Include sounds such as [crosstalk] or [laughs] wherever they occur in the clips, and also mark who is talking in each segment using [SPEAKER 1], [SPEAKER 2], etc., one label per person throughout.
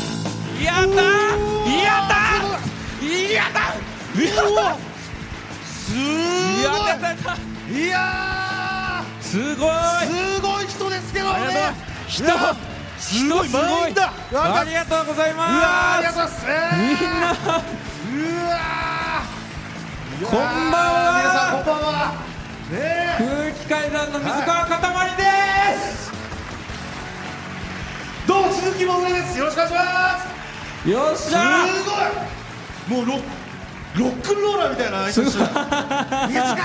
[SPEAKER 1] やったーやったーやったー
[SPEAKER 2] すごいいや
[SPEAKER 1] すごい
[SPEAKER 2] ーすごい人ですけどもね
[SPEAKER 1] 人
[SPEAKER 2] いや
[SPEAKER 1] すごい
[SPEAKER 2] 人満員だ
[SPEAKER 1] ありがとうございう
[SPEAKER 2] わーありが
[SPEAKER 1] ま
[SPEAKER 2] とうございますえ
[SPEAKER 1] すみ
[SPEAKER 2] ー
[SPEAKER 1] んな
[SPEAKER 2] うわー
[SPEAKER 1] こんばんはい
[SPEAKER 2] やー皆さんこんばんはね
[SPEAKER 1] 空気階段の水川かたまりです、
[SPEAKER 2] えどうも鈴木もぐらですよろしくお願いします
[SPEAKER 1] よっしゃ
[SPEAKER 2] すごいもうロッロックンローラーみたいな挨拶してたいや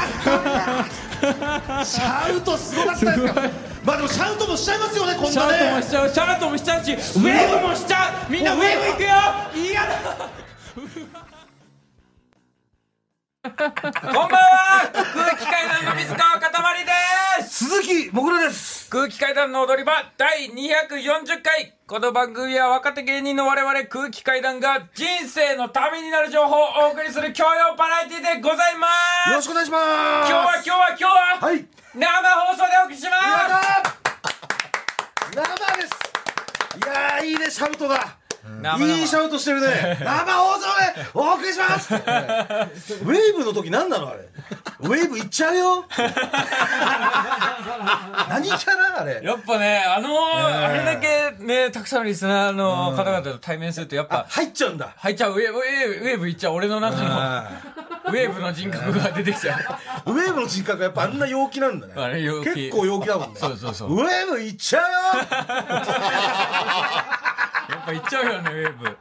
[SPEAKER 2] 違うシャウトすごかったです
[SPEAKER 1] すご
[SPEAKER 2] か
[SPEAKER 1] い
[SPEAKER 2] まあでもシャウトもしちゃいますよねこん
[SPEAKER 1] シャ
[SPEAKER 2] な
[SPEAKER 1] ウトも
[SPEAKER 2] ね
[SPEAKER 1] しちゃうシャウトもしちゃうしウェーブもしちゃうみんなウェーブいくよいやだこんばんは空気階段の水川かたまりです
[SPEAKER 3] 鈴木もぐらです。
[SPEAKER 1] 空気階段の踊り場第240回この番組は若手芸人の我々空気階段が人生のためになる情報をお送りする教養バラエティでございま
[SPEAKER 3] よろ
[SPEAKER 1] す
[SPEAKER 3] しくお願いしま
[SPEAKER 1] 今
[SPEAKER 3] す。
[SPEAKER 1] 日は今日は今日は、
[SPEAKER 3] はい。
[SPEAKER 1] 生放送でお送りします
[SPEAKER 3] 生です。いやーいいねシャウトが。
[SPEAKER 1] 生々
[SPEAKER 3] いいシャウトしてるね。
[SPEAKER 1] [laughs]
[SPEAKER 3] 生放送でお送りします。ウェーブの時何なのあれ。ウェーブいっちゃ
[SPEAKER 1] [laughs]
[SPEAKER 3] うよ。何キャラあれ。
[SPEAKER 1] やっぱね、あのーあれだけね、たくさんのリスナーの方々と対面すると、やっぱ、
[SPEAKER 3] 入っちゃうんだ。
[SPEAKER 1] 入っちゃう、ウェーブ、ウェーブ、ウェーブいっちゃう、俺の中の、ウェーブの人格が出てきちゃう。
[SPEAKER 3] ウェーブの人格やっぱあんな陽気なんだね。
[SPEAKER 1] あれ陽気
[SPEAKER 3] 結構陽気だもんね。
[SPEAKER 1] そうそうそう
[SPEAKER 3] ウェーブいっちゃうよ。
[SPEAKER 1] やっぱいっちゃうよね、ウェーブ。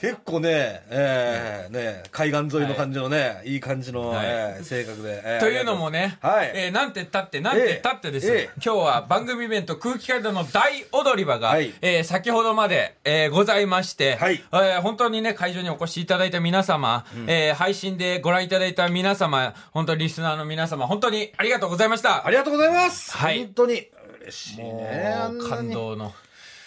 [SPEAKER 3] 結構ね、えー、ね、海岸沿いの感じのね、い、い感じの、えー性格で、えー
[SPEAKER 1] というのもね、
[SPEAKER 3] はい
[SPEAKER 1] えーなんてったって、なんてったってです、
[SPEAKER 3] ええ
[SPEAKER 1] 今日は番組イベント空気階段の大踊り場が、
[SPEAKER 3] はい
[SPEAKER 1] えー先ほどまで、えーございまして、
[SPEAKER 3] はい
[SPEAKER 1] えー本当にね、会場にお越しいただいた皆様、えー配信でご覧いただいた皆様、本当にリスナーの皆様、本当にありがとうございました
[SPEAKER 3] あ。りがとうございます、
[SPEAKER 1] はい
[SPEAKER 3] 本当に嬉しい
[SPEAKER 1] もう
[SPEAKER 3] ねあんなに
[SPEAKER 1] 感動の、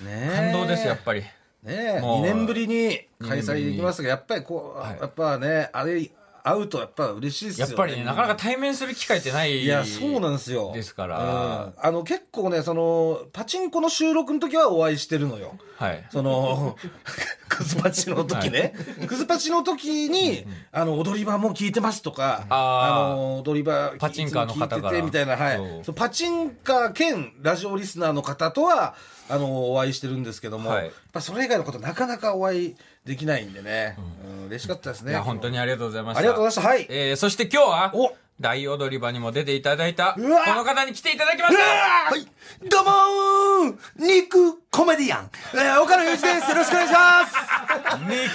[SPEAKER 3] ね
[SPEAKER 1] 感動です、やっぱり。
[SPEAKER 3] ね
[SPEAKER 1] もう
[SPEAKER 3] 2年ぶりに開催できますがやっぱりこう、やっぱねあれ会うとやっぱ嬉しいです
[SPEAKER 1] やっ
[SPEAKER 3] よね
[SPEAKER 1] ぱりね、なかなか対面する機会ってない。
[SPEAKER 3] いやそうなんですよ
[SPEAKER 1] ですから、
[SPEAKER 3] うんあの結構ねそのパチンコの収録の時はお会いしてるのよ
[SPEAKER 1] はい。
[SPEAKER 3] その、 [laughs] クズパチの時ね。クズパチの時に、あの、踊り場も聞いてますとか、
[SPEAKER 1] あー
[SPEAKER 3] あの、踊り場
[SPEAKER 1] パチンカーの方から
[SPEAKER 3] いつも聞いててみたいな、は
[SPEAKER 1] そう
[SPEAKER 3] い。そうパチンカー兼ラジオリスナーの方とは、あの、お会いしてるんですけども、
[SPEAKER 1] はい
[SPEAKER 3] やっぱそれ以外のことなかなかお会いできないんでね、うん嬉しかったですね。
[SPEAKER 1] いや、本当にありがとうございました。
[SPEAKER 3] ありがとうございました。はい。
[SPEAKER 1] えー、そして今日は
[SPEAKER 3] お、
[SPEAKER 1] 大踊り場にも出ていただいた、こ
[SPEAKER 3] うわ
[SPEAKER 1] の方に来ていただきました
[SPEAKER 3] はい。どうもー肉コメディアン、えー岡野裕二です。よろしくお願いします。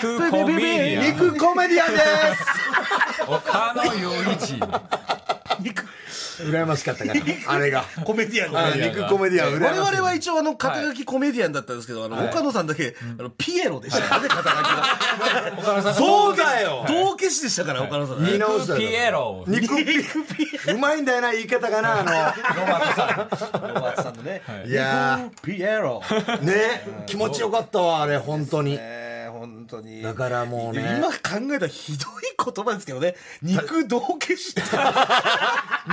[SPEAKER 1] 肉コメディアン、
[SPEAKER 3] 肉コメディアンです。
[SPEAKER 1] 岡野陽一。
[SPEAKER 4] 羨ましかったから、あれが。
[SPEAKER 3] コメディアン
[SPEAKER 4] あ肉コメディアン、羨ま
[SPEAKER 3] 我
[SPEAKER 4] しい。
[SPEAKER 3] 々は一応あの肩書きコメディアンだったんですけど、あの岡野さんだけ、あのピエロでしたからね肩書きが
[SPEAKER 1] 岡野さん
[SPEAKER 3] そうだ
[SPEAKER 4] よ
[SPEAKER 3] 道化師でしたから岡野さんね
[SPEAKER 4] 見直した
[SPEAKER 1] 肉
[SPEAKER 4] よ
[SPEAKER 1] ピエロ。
[SPEAKER 4] 肉うまいんだよな、言い方がな、あ
[SPEAKER 3] ロバートさんのね
[SPEAKER 4] の。いや
[SPEAKER 3] ピエロ
[SPEAKER 4] ー、ね、気持ちよかったわ、あれ、本当に。
[SPEAKER 3] えー本当に
[SPEAKER 4] だからもうね
[SPEAKER 3] 今、考えたらひどい言葉ですけどね肉道化師って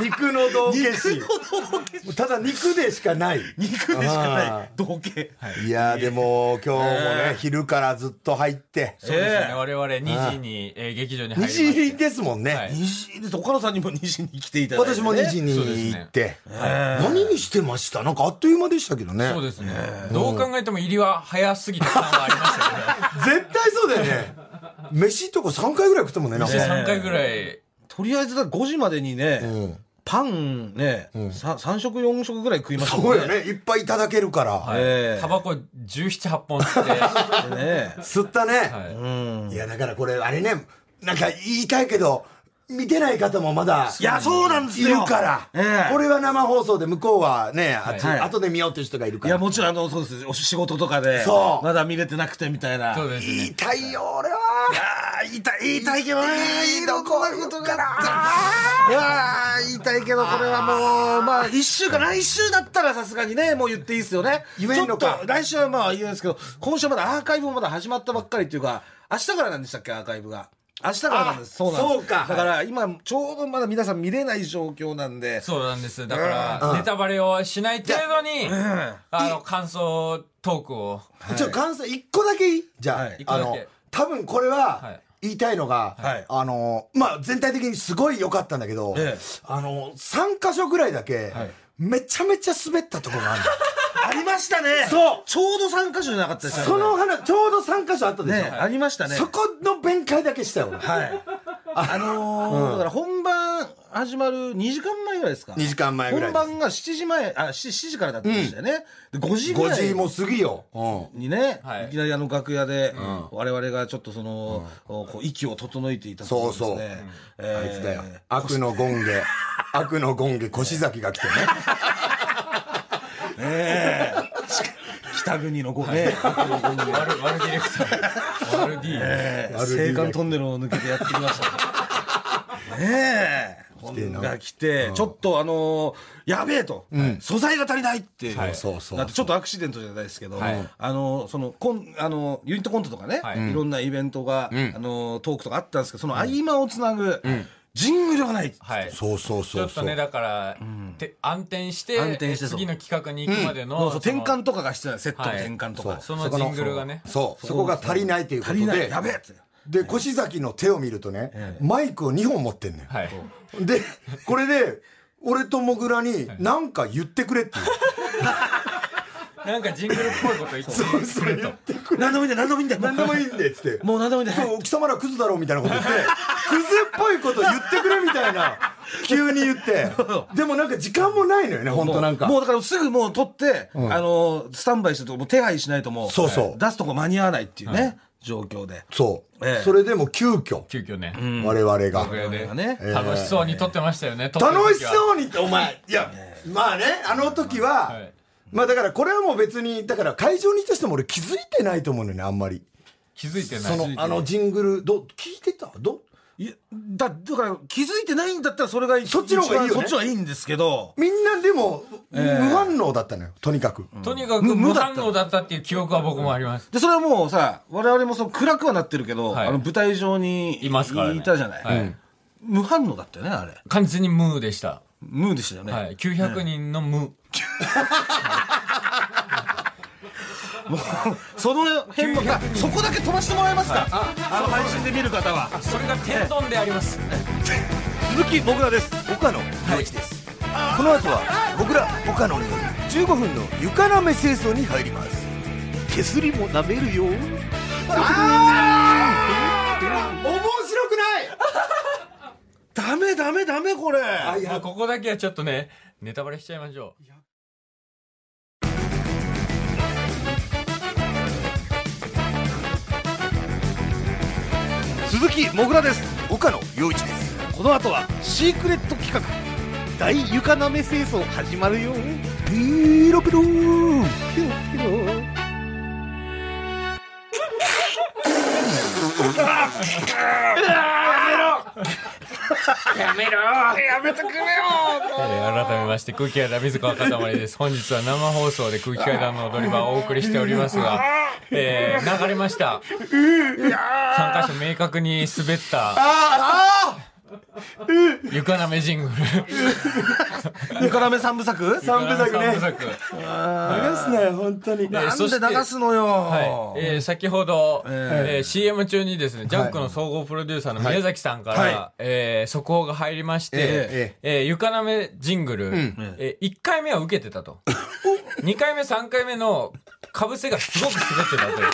[SPEAKER 4] 肉の道化
[SPEAKER 3] 肉
[SPEAKER 4] 師
[SPEAKER 3] の。道化師
[SPEAKER 4] ただ肉でしかない。
[SPEAKER 3] 肉でしかな
[SPEAKER 4] あ
[SPEAKER 3] い道化
[SPEAKER 4] いやー、でも、今日もね、昼からずっと入って、
[SPEAKER 1] そうですよね、我々2時に、えー劇場に入りま
[SPEAKER 4] 2
[SPEAKER 1] し
[SPEAKER 4] 時ですもんね。
[SPEAKER 1] はい
[SPEAKER 3] 西です岡野さんにも西に来ていただい
[SPEAKER 4] 私
[SPEAKER 3] てね
[SPEAKER 4] も2時に
[SPEAKER 1] そうです
[SPEAKER 4] 行
[SPEAKER 1] ね
[SPEAKER 4] って、何にしてましたなんかあっという間でしたけどね
[SPEAKER 1] た。そうですね。どう考えても入りは早すぎた感はありましたけど。
[SPEAKER 4] 絶対そうだよね飯とか3回ぐらい食ったもんねなんか
[SPEAKER 1] 私3回ぐらい。
[SPEAKER 3] とりあえずだ5時までにね、
[SPEAKER 4] ん
[SPEAKER 3] パンね、さ三3食4食ぐらい食いました
[SPEAKER 4] そうよねいっぱいいただけるから、
[SPEAKER 3] ええ
[SPEAKER 1] タバコ17、8本吸って。は
[SPEAKER 3] でね
[SPEAKER 4] 吸ったね、
[SPEAKER 1] い
[SPEAKER 4] い、やだからこれあれねなんか言いたいけど見てない方もまだい
[SPEAKER 3] やそうなんですよ
[SPEAKER 4] いるから、
[SPEAKER 3] ええ
[SPEAKER 4] これは生放送で向こうはねあっち、
[SPEAKER 3] はい
[SPEAKER 4] 後で見ようっていう人がいる
[SPEAKER 3] い
[SPEAKER 4] から
[SPEAKER 3] やもちろんあのそうですお仕事とかで
[SPEAKER 4] そう
[SPEAKER 3] まだ見れてなくてみたいな
[SPEAKER 1] そうですね
[SPEAKER 4] 言。いたいよ俺は
[SPEAKER 3] あー言いたい言いたいけどね
[SPEAKER 4] いいとこ
[SPEAKER 3] こんなことがあったいやー言いたいけどこれはもうまあ一週か来週だったらさすがにねもう言っていいですよね
[SPEAKER 4] 言えんのか
[SPEAKER 3] ちょっと来週はまあ言えないですけど今週はまだアーカイブもまだ始まったばっかりっていうか明日からなんでしたっけアーカイブが明日からなんです。
[SPEAKER 5] あ
[SPEAKER 3] そうなんです。
[SPEAKER 5] そうか
[SPEAKER 3] だから今、ちょうどまだ皆さん見れない状況なんで、
[SPEAKER 1] そうなんです。だから、ネタバレをしない程度に、あの、感想トークを。
[SPEAKER 5] ちょっと感想一個だけいいじゃあ、
[SPEAKER 3] はい
[SPEAKER 5] あ
[SPEAKER 1] 一個
[SPEAKER 5] の
[SPEAKER 1] だけ
[SPEAKER 5] 多分これ
[SPEAKER 1] は
[SPEAKER 5] はい言いたいのが、
[SPEAKER 3] はい
[SPEAKER 5] あのまあ全体的にすごい良かったんだけど、
[SPEAKER 3] ええ
[SPEAKER 5] あの3箇所ぐらいだけ、
[SPEAKER 3] はい
[SPEAKER 5] めちゃめちゃ滑ったところがある
[SPEAKER 3] [laughs] ありましたね
[SPEAKER 5] そう
[SPEAKER 3] ちょうど3箇所じゃなかったです
[SPEAKER 5] その花ちょうど3箇所あったでしょ、
[SPEAKER 3] ね、ありましたね。
[SPEAKER 5] そこの弁解だけしたよ俺
[SPEAKER 3] はい。あのーだから本番始まる2時間前ぐらいですか
[SPEAKER 5] 2時間前ぐらいです
[SPEAKER 3] 本番が7時前、あ、7, 時からだったんでしたよね。で5時ぐ
[SPEAKER 5] 5
[SPEAKER 3] らい。
[SPEAKER 5] 時も過ぎよ、うん
[SPEAKER 3] にね、
[SPEAKER 1] はい
[SPEAKER 3] い、きなりあの楽屋で、我々がちょっとその、おこう息を整えていたところですね。
[SPEAKER 5] そうそう
[SPEAKER 3] えー
[SPEAKER 5] あいつだよ。悪のゴンゲ。悪のゴンゲ、腰崎が来てね。 [laughs]
[SPEAKER 3] えー北国のごね、
[SPEAKER 1] 悪、悪ディレクター。悪 D。
[SPEAKER 3] えー
[SPEAKER 5] 悪い
[SPEAKER 3] 青函トンネルを抜けてやってきま [laughs] した。ねえ。
[SPEAKER 5] てな
[SPEAKER 3] 本が来て、ちょっとあのーやべえと、素材が足りないっていう、
[SPEAKER 5] はいそうそうそう
[SPEAKER 3] なってちょっとアクシデントじゃないですけど、
[SPEAKER 1] はい
[SPEAKER 3] あのーそのコンあのーユニットコントとかね、、
[SPEAKER 1] はいい
[SPEAKER 3] ろんなイベントが、あのートークとかあったんですけど、その合間をつなぐ、ジングルがない、
[SPEAKER 1] はい。
[SPEAKER 5] そうそう
[SPEAKER 1] ち
[SPEAKER 5] そ
[SPEAKER 1] ょ
[SPEAKER 5] う
[SPEAKER 1] っ
[SPEAKER 5] そ
[SPEAKER 1] と
[SPEAKER 5] う。
[SPEAKER 1] ね、だから、て暗転して、
[SPEAKER 3] 暗転してそう
[SPEAKER 1] 次の企画に行くまでの、
[SPEAKER 3] そうそう
[SPEAKER 1] そ
[SPEAKER 3] 転
[SPEAKER 1] の
[SPEAKER 3] 換とかが必要なのセットの転換とか、
[SPEAKER 1] はいそのジングルがね
[SPEAKER 5] そう、そこが足りないというこ
[SPEAKER 3] 足
[SPEAKER 5] と
[SPEAKER 3] りない、
[SPEAKER 5] で
[SPEAKER 3] や。べえって。
[SPEAKER 5] で、腰崎の手を見るとね、マイクを2本持ってんのよ。
[SPEAKER 1] はい。
[SPEAKER 5] で、これで、俺とモグラに、なんか言ってくれって言う。
[SPEAKER 1] なんかジングルっぽいこと言って
[SPEAKER 5] そう、それ言ってくれ。
[SPEAKER 3] 何でもいいんだよ、何でもいいんだよ。
[SPEAKER 5] なんでもいいんで、つって。
[SPEAKER 3] もう何でもいいんだよ。
[SPEAKER 5] そう、貴様らクズだろ、みたいなこと言って、クズっぽいこと言ってくれ、みたいな、急に言って。でもなんか時間もないのよね、ほんとなんか。
[SPEAKER 3] もうだからすぐもう取って、あのー、スタンバイしてると、もう手配しないともう、
[SPEAKER 5] そうそう
[SPEAKER 3] 出すとこ間に合わないっていうね、状況で。
[SPEAKER 5] そう、
[SPEAKER 3] ええ
[SPEAKER 5] それでも急遽、
[SPEAKER 1] 急遽ね、
[SPEAKER 5] 我々が。
[SPEAKER 1] 楽屋で
[SPEAKER 3] 楽屋ね
[SPEAKER 1] 楽しそうに撮ってましたよね。楽
[SPEAKER 5] 楽し
[SPEAKER 1] う
[SPEAKER 5] そうにって、お前。いや、まあね、あの時は、
[SPEAKER 1] はい
[SPEAKER 5] まあだからこれはもう別に、だから会場にいた人も俺気づいてないと思うのよね、あんまり。
[SPEAKER 1] 気づいてな
[SPEAKER 5] そ
[SPEAKER 1] い。
[SPEAKER 5] の、あのジングル、ど、聞いてたど
[SPEAKER 3] いやだ、だから気づいてないんだったらそれが
[SPEAKER 5] そっちの方がいいよね
[SPEAKER 3] 一番そっちの方がいいんですけど、
[SPEAKER 5] みんなでも、無反応だったのよ、とにかく。
[SPEAKER 1] とにかく
[SPEAKER 3] む無
[SPEAKER 1] 無
[SPEAKER 3] だった
[SPEAKER 1] 反応だったっていう記憶は僕もあります。
[SPEAKER 3] で、それはもうさ、我々もその暗くはなってるけど、
[SPEAKER 1] はい
[SPEAKER 3] あの舞台上に
[SPEAKER 1] いますからね
[SPEAKER 3] いたじゃない。
[SPEAKER 1] はい
[SPEAKER 3] 無反応だったよね、あれ。
[SPEAKER 1] 完全に無でした。
[SPEAKER 3] ムーでしたよね。
[SPEAKER 1] はい。900人の無。
[SPEAKER 3] その辺も、あそこだけ飛ばしてもらえますか、あの配信で見る方は。
[SPEAKER 1] それが天丼であります。
[SPEAKER 3] 鈴木もぐらです。
[SPEAKER 5] 岡野陽一です、この後は僕ら岡野による15分の床なめ清掃に入ります手すりも舐めるよあー面白
[SPEAKER 3] [laughs] ダメダメダメこれ。
[SPEAKER 5] くない
[SPEAKER 1] まあここだけはちょっとね、ネタバレしちゃいましょう。
[SPEAKER 6] 鈴木もぐらです
[SPEAKER 5] 岡野陽一です
[SPEAKER 6] この後はシークレット企画大床なめ清掃始まるよ
[SPEAKER 5] ピロピロー
[SPEAKER 6] ピロピロ
[SPEAKER 1] えー改めまして、空気階段水川かたまりです。本日は生放送で空気階段の踊り場をお送りしております
[SPEAKER 5] [laughs]
[SPEAKER 1] が、えー流れました。3箇所明確に滑った。床なめジングル。
[SPEAKER 3] 床ラメ三部作
[SPEAKER 5] 三部作
[SPEAKER 1] 三部
[SPEAKER 5] ね
[SPEAKER 1] 作
[SPEAKER 5] 流すなよ本当に
[SPEAKER 1] えー
[SPEAKER 3] なん
[SPEAKER 1] そして
[SPEAKER 3] で流すのよ。
[SPEAKER 1] はい。えー先ほど、えー CM 中にですね、ジャンクの総合プロデューサーの宮崎さんから、
[SPEAKER 5] は
[SPEAKER 1] えー速報が入りまして、
[SPEAKER 5] え
[SPEAKER 1] えー床なめジングル、えー1回目は受けてたと。2回目、3回目の被せがすごく滑ってたという。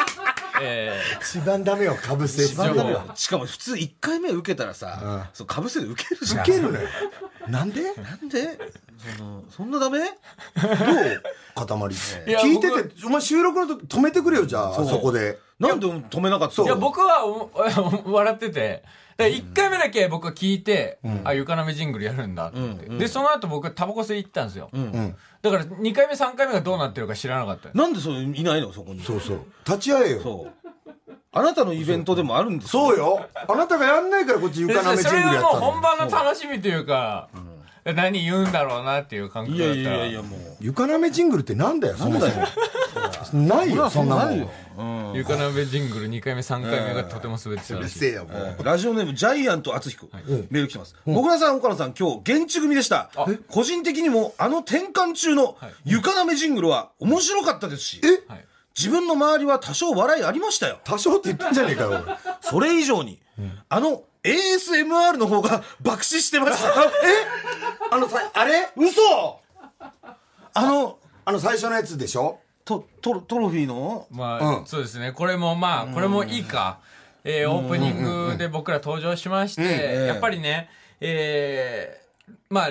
[SPEAKER 1] [laughs] え
[SPEAKER 5] 一番ダメよかぶせ一
[SPEAKER 1] 番ダメよ
[SPEAKER 3] しかも普通1回目受けたらさ、そうかぶせで受けるじゃん
[SPEAKER 5] 受けるのよなんでどう
[SPEAKER 3] なんでそのそんなダメ
[SPEAKER 5] 塊
[SPEAKER 1] いや
[SPEAKER 5] 聞いててお前収録の時止めてくれよじゃあ
[SPEAKER 3] う
[SPEAKER 5] そこで
[SPEAKER 3] なんで止めなかった
[SPEAKER 1] ー
[SPEAKER 3] の
[SPEAKER 1] いや、僕はお [laughs] 笑ってて、1回目だけ僕は聞いて、あ、床なめジングルやるんだって、で、その後僕タバコ吸い行ったんですよ。だから2回目、3回目がどうなってるか知らなかった。
[SPEAKER 3] なんでそういないのそこに
[SPEAKER 5] そうそう立ち会えよ
[SPEAKER 3] そうあなたのイベントでもあるんです
[SPEAKER 5] そうよ。あなたがやんないからこっち
[SPEAKER 1] で
[SPEAKER 5] 床なめジ
[SPEAKER 1] そ
[SPEAKER 5] ング
[SPEAKER 1] れ
[SPEAKER 5] ルや
[SPEAKER 1] は
[SPEAKER 5] っ
[SPEAKER 1] もう
[SPEAKER 5] た
[SPEAKER 1] 本
[SPEAKER 5] の。
[SPEAKER 1] 番の楽しみというか、何言うんだろうなっていう感覚
[SPEAKER 3] い
[SPEAKER 1] だっ
[SPEAKER 3] や
[SPEAKER 1] たら
[SPEAKER 3] いやいやいやもう
[SPEAKER 5] 床なめジングルってなんだよ、そもそも。ないよそんなも
[SPEAKER 3] ない
[SPEAKER 5] ん
[SPEAKER 3] ようん
[SPEAKER 1] 床鍋ジングル2回目3回目がとても滑ってた
[SPEAKER 3] う
[SPEAKER 1] ら
[SPEAKER 3] る
[SPEAKER 1] しい
[SPEAKER 3] せえよ、もう。ラジオネーム、ジャイアント厚彦。メール来てます。もぐらさん、岡野さん、今日、現地組でした。個人的にも、あの転換中の床なめジングルは面白かったですし、
[SPEAKER 1] はい
[SPEAKER 3] 自分の周りは多少笑いありましたよ。
[SPEAKER 5] 多少って言ってんじゃねえかよ
[SPEAKER 3] それ以上に、あの、ASMR の方が爆死して [laughs] ました。
[SPEAKER 5] あのさあれ
[SPEAKER 3] 嘘あの、
[SPEAKER 5] あの最初のやつでしょ
[SPEAKER 3] ト、トロ、トロフィーの
[SPEAKER 1] まあ、
[SPEAKER 5] うん
[SPEAKER 1] そうですね。これもまあ、これもいいか。えーオープニングで僕ら登場しまして、やっぱりね、えーまあ、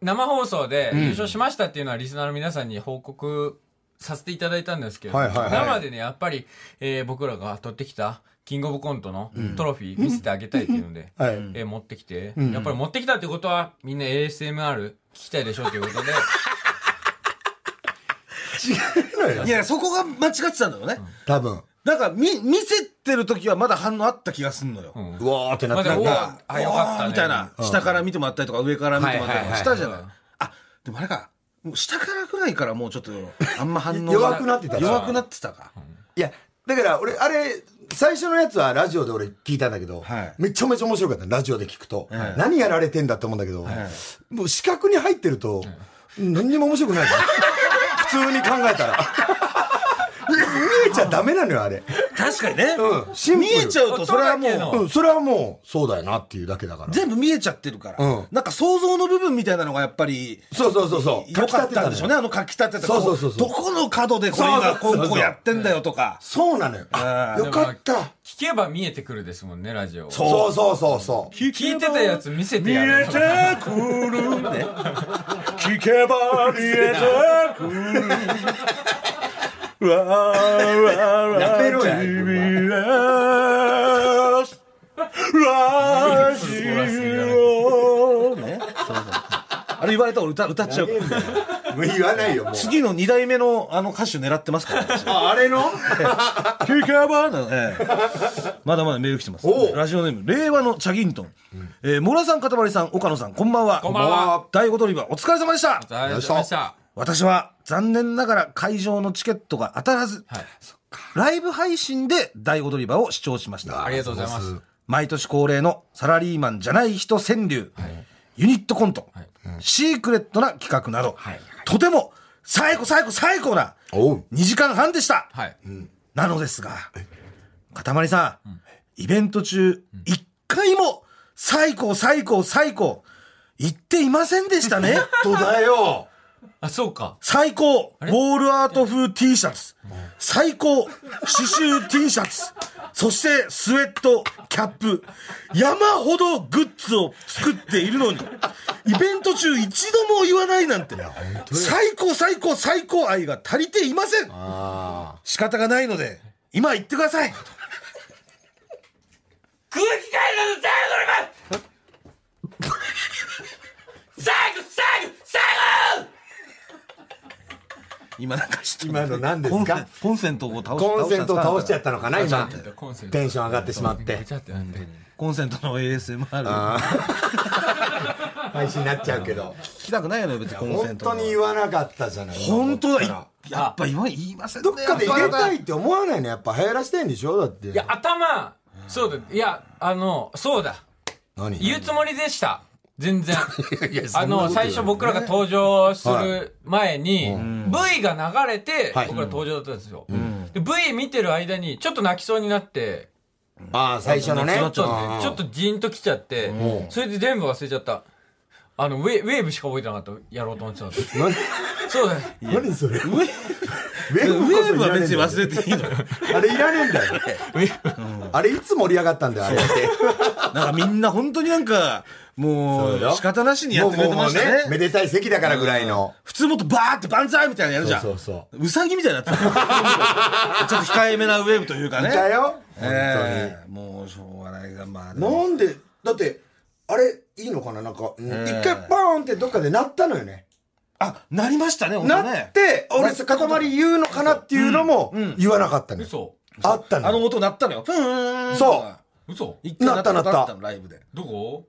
[SPEAKER 1] 生放送で優勝しましたっていうのはリスナーの皆さんに報告させていただいたんですけれども、
[SPEAKER 5] はいはいはい
[SPEAKER 1] 生でね、やっぱり、えー僕らが取ってきたキングオブコントのトロフィー見せてあげたいっていうので、
[SPEAKER 5] はい
[SPEAKER 1] えー持ってきて、やっぱり持ってきたってことはみんな ASMR 聞きたいでしょうということで、
[SPEAKER 3] いや、そこが間違ってたんだよね。
[SPEAKER 5] 多分
[SPEAKER 3] なんか、み、見せてる時はまだ反応あった気がすんのよ。
[SPEAKER 1] うん
[SPEAKER 5] うわーってなって
[SPEAKER 1] まだ
[SPEAKER 5] なん
[SPEAKER 1] う
[SPEAKER 5] か
[SPEAKER 1] わあよかったね
[SPEAKER 3] みたいな。下から見てもらったりとか、上から見てもらったりとかしたじゃない
[SPEAKER 1] はいはいはいはい。
[SPEAKER 3] あ、でもあれか。もう下からぐらいからもうちょっと、あんま反応が
[SPEAKER 5] 弱くなって
[SPEAKER 3] [laughs]
[SPEAKER 5] た
[SPEAKER 3] 弱くなってたか。
[SPEAKER 5] いやだから俺あれ最初のやつはラジオで俺聞いたんだけど、
[SPEAKER 3] はい
[SPEAKER 5] めちゃめちゃ面白かったラジオで聞くと、
[SPEAKER 3] はい
[SPEAKER 5] 何やられてんだって思うんだけど、もう視覚に入ってると、何にも面白くないから普
[SPEAKER 3] [laughs]
[SPEAKER 5] 通に考えたら見えちゃダメなのよあれ、
[SPEAKER 3] 確かにね。
[SPEAKER 5] うん、シンプ
[SPEAKER 3] 見
[SPEAKER 5] ル
[SPEAKER 3] えちゃうと、それはも
[SPEAKER 1] 音だけの
[SPEAKER 3] う、
[SPEAKER 5] うん、それはもうそうだよなっていうだけだから
[SPEAKER 3] 全部見えちゃってるから、
[SPEAKER 5] うん
[SPEAKER 3] なんか想像の部分みたいなのがやっぱり、
[SPEAKER 5] そうそうそうそう
[SPEAKER 3] 良かったんでしょうね、あの書き立てた。
[SPEAKER 5] そうそうそうそう
[SPEAKER 3] どこの角でこれが
[SPEAKER 5] そ
[SPEAKER 3] こ
[SPEAKER 5] うそうそうそう
[SPEAKER 3] うこうやってんだよとか。
[SPEAKER 5] そうなのよあよかった
[SPEAKER 1] 聞けば見えてくるですもんね、ラジオ。
[SPEAKER 5] そうそうそうそう
[SPEAKER 1] 聞いてたやつ見せてやる。
[SPEAKER 3] くるね。聞けば見えてくる。わわわ
[SPEAKER 5] やめろや
[SPEAKER 3] TBS ラジオね。そうそうあれ言われたら俺歌歌っちゃうから。
[SPEAKER 5] もう言わないよもう
[SPEAKER 3] 次の二代目のあの歌手狙ってますから、私
[SPEAKER 5] ああれの
[SPEAKER 3] キューキャーバーなの、ええまだまだメール来てます。
[SPEAKER 5] おう
[SPEAKER 3] ラジオネーム、令和のチャギントン。えー、モラさん、かたまりさん、岡野さん、こんばんは。
[SPEAKER 1] こんばんは。
[SPEAKER 3] 第5ドリバー、お疲れ様でした。
[SPEAKER 1] ありがとうございました。
[SPEAKER 3] 私は、残念ながら会場のチケットが当たらず、
[SPEAKER 1] はい。
[SPEAKER 3] ライブ配信で第5ドリバーを視聴しました
[SPEAKER 1] あ。りがとうございます。
[SPEAKER 3] 毎年恒例のサラリーマンじゃない人川柳、ユニットコント、
[SPEAKER 1] い
[SPEAKER 3] シークレットな企画など、とても最高最高最高な
[SPEAKER 5] おう
[SPEAKER 3] 2時間半でした、
[SPEAKER 1] はい。
[SPEAKER 3] なのですが、かたまりさん、イベント中、一回も、最高、最高、最高、言っていませんでしたね。
[SPEAKER 5] [laughs] 本当だよ
[SPEAKER 1] あ、そうか。
[SPEAKER 3] 最高、ウ
[SPEAKER 1] れ
[SPEAKER 3] ォールアート風 T シャツ、最高、刺繍 T シャツ、そしてスウェット、キャップ、山ほどグッズを作っているのに、イベント中一度も言わないなんて、最高、最高、最高愛が足りていません。仕方がないので、今言ってください。
[SPEAKER 1] 空気階段の最後の最後最後最後
[SPEAKER 3] 今なんかして
[SPEAKER 5] 今の何ですか
[SPEAKER 3] コンセントを倒し
[SPEAKER 5] コンセント倒しちゃったのかな今
[SPEAKER 1] コンセント
[SPEAKER 5] テンション上がってしまって
[SPEAKER 1] ぐちゃってなって。
[SPEAKER 3] コンセントの ASMR 聞
[SPEAKER 5] 配信になっちゃうけど
[SPEAKER 3] きたくないのよ別にコンセ
[SPEAKER 5] 本
[SPEAKER 3] ント
[SPEAKER 5] 当に言わなかったじゃない
[SPEAKER 3] 本当だい
[SPEAKER 5] ど
[SPEAKER 3] やっぱ言わ言いませんね
[SPEAKER 5] っかで入れたいって思わないのやっぱ流行らせたいんでしょだってい
[SPEAKER 1] いや、頭、そうだ。いや、あの、そうだ。
[SPEAKER 5] 何
[SPEAKER 1] 言うつもりでした。全
[SPEAKER 5] [laughs]
[SPEAKER 1] 然。あ
[SPEAKER 5] なこと
[SPEAKER 1] の、最初僕らが登場する前に、V が流れて、
[SPEAKER 5] はい
[SPEAKER 1] 僕ら登場だったんですよ。で V 見てる間に、ちょっと泣きそうになって、
[SPEAKER 5] ああ最初のね
[SPEAKER 1] ちょっと
[SPEAKER 5] うんう
[SPEAKER 1] ね
[SPEAKER 5] ん、
[SPEAKER 1] ちょっとジーンときちゃって、それで全部忘れちゃった。あの、ウェウェーブしか覚えてなかった。やろうと思ってた
[SPEAKER 5] [laughs]
[SPEAKER 1] の。そうだよ。
[SPEAKER 5] 何それウェ
[SPEAKER 3] ウェー
[SPEAKER 5] ブ
[SPEAKER 3] ブ
[SPEAKER 5] は
[SPEAKER 3] は
[SPEAKER 5] 別
[SPEAKER 3] 別
[SPEAKER 5] に
[SPEAKER 3] に
[SPEAKER 5] 忘
[SPEAKER 3] 忘れていいのよ
[SPEAKER 5] あれいらねえんだよあれいつ盛り上がったんだよあれっ
[SPEAKER 3] なんかみんな本当になんかも
[SPEAKER 5] そううよ
[SPEAKER 3] 仕方なしに
[SPEAKER 5] て
[SPEAKER 3] やってくれてましたね
[SPEAKER 5] めでたい席だからぐらいの
[SPEAKER 3] 普通もっとバーって万歳みたいなのやるじゃん
[SPEAKER 5] そうそう
[SPEAKER 3] さぎみたいになってたちょっと控えめなウェーブというかね
[SPEAKER 5] だよ本
[SPEAKER 3] ええもうしょうがないがまあで
[SPEAKER 5] 当に
[SPEAKER 3] も
[SPEAKER 5] なんでだってあれいいのかななんかうん一回パーンってどっかで鳴ったのよね
[SPEAKER 3] あなりましたね本当
[SPEAKER 5] な
[SPEAKER 3] ね
[SPEAKER 5] って、俺、塊言うのかなっていうのも
[SPEAKER 3] ん
[SPEAKER 5] 言わなかったね。
[SPEAKER 1] 嘘
[SPEAKER 5] あった
[SPEAKER 3] あの
[SPEAKER 5] の。
[SPEAKER 3] 音鳴ったのよふーん
[SPEAKER 5] そう
[SPEAKER 1] 嘘
[SPEAKER 3] 一回鳴った
[SPEAKER 5] 鳴った鳴った
[SPEAKER 3] のライブで
[SPEAKER 1] どこ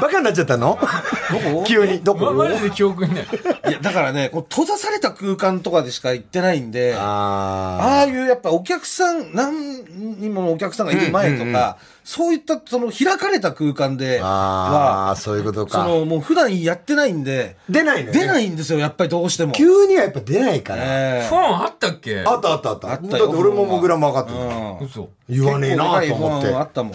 [SPEAKER 5] バカになっちゃったの [laughs] 急に。どこ
[SPEAKER 1] ま、マジで記憶にない。
[SPEAKER 3] いや、だからね、こう閉ざされた空間とかでしか行ってないんで、あ
[SPEAKER 5] あ
[SPEAKER 3] あいうやっぱお客さん、何人ものお客さんがいる前とか、そういったその開かれた空間で
[SPEAKER 5] あ。あ
[SPEAKER 3] は、
[SPEAKER 5] あ、そういうこと
[SPEAKER 3] そ
[SPEAKER 5] か。
[SPEAKER 3] のもう普段やってないんで、
[SPEAKER 5] 出ないのよね
[SPEAKER 3] 出ないんですよ、やっぱりどうしても。
[SPEAKER 5] 急にはやっぱ出ないから。
[SPEAKER 3] え
[SPEAKER 1] フォンあったっけ
[SPEAKER 5] あったあったあった。
[SPEAKER 3] あ
[SPEAKER 5] だっ
[SPEAKER 3] ってたよ
[SPEAKER 5] 俺もモグラも分かって
[SPEAKER 3] えう
[SPEAKER 5] る。
[SPEAKER 3] ん
[SPEAKER 1] 嘘。
[SPEAKER 5] 言わねえなと思って。
[SPEAKER 3] 結構でかいフォンあ
[SPEAKER 5] だ
[SPEAKER 3] ったもん。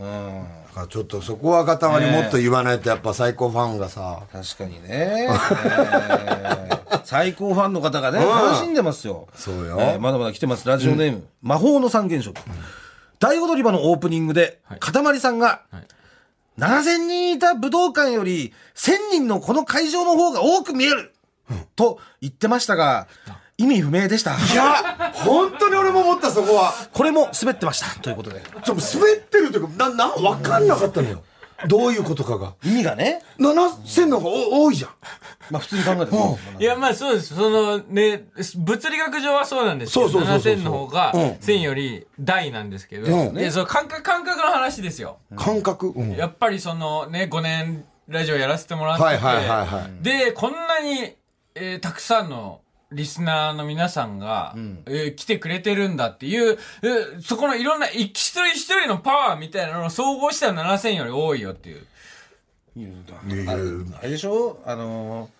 [SPEAKER 3] うん。
[SPEAKER 5] からちょっとそこは方にもっと言わないとやっぱ最高ファンがさ。
[SPEAKER 3] 確かにね。えー最高ファンの方がね、楽しんでますよ。
[SPEAKER 5] そうよ
[SPEAKER 3] えーまだまだ来てます。ラジオネーム、魔法の三原色。大踊り場のオープニングで、かたまりさんが、
[SPEAKER 1] はい
[SPEAKER 3] 7000人いた武道館より、1000人のこの会場の方が多く見える、と言ってましたが、意味不明でした。
[SPEAKER 5] いや、本当に俺も思ったそこは。
[SPEAKER 3] これも滑ってました。ということで。
[SPEAKER 5] ちょっと滑ってるというか、な、な、分かんなかったのよ。どういうことかが。
[SPEAKER 3] 意味がね、
[SPEAKER 5] 7000の方が多いじゃん。
[SPEAKER 3] まあ普通に考えても
[SPEAKER 1] いや、まあそうです。そのね、物理学上はそうなんですけど、
[SPEAKER 5] そうそうそうそう
[SPEAKER 1] 7000の方が、1000より大なんですけど、
[SPEAKER 5] うん
[SPEAKER 1] で、その感覚、感覚の話ですよ。
[SPEAKER 5] 感覚。うん。はい
[SPEAKER 1] やっぱりそのね、5年ラジオやらせてもらってて、
[SPEAKER 5] はいはいはい。
[SPEAKER 1] で、こんなに、えーたくさんのリスナーの皆さんが、えー来てくれてるんだっていう、えーそこのいろんな一人一人のパワーみたいなのを総合したら7000より多いよっていう。
[SPEAKER 3] あれでしょあのー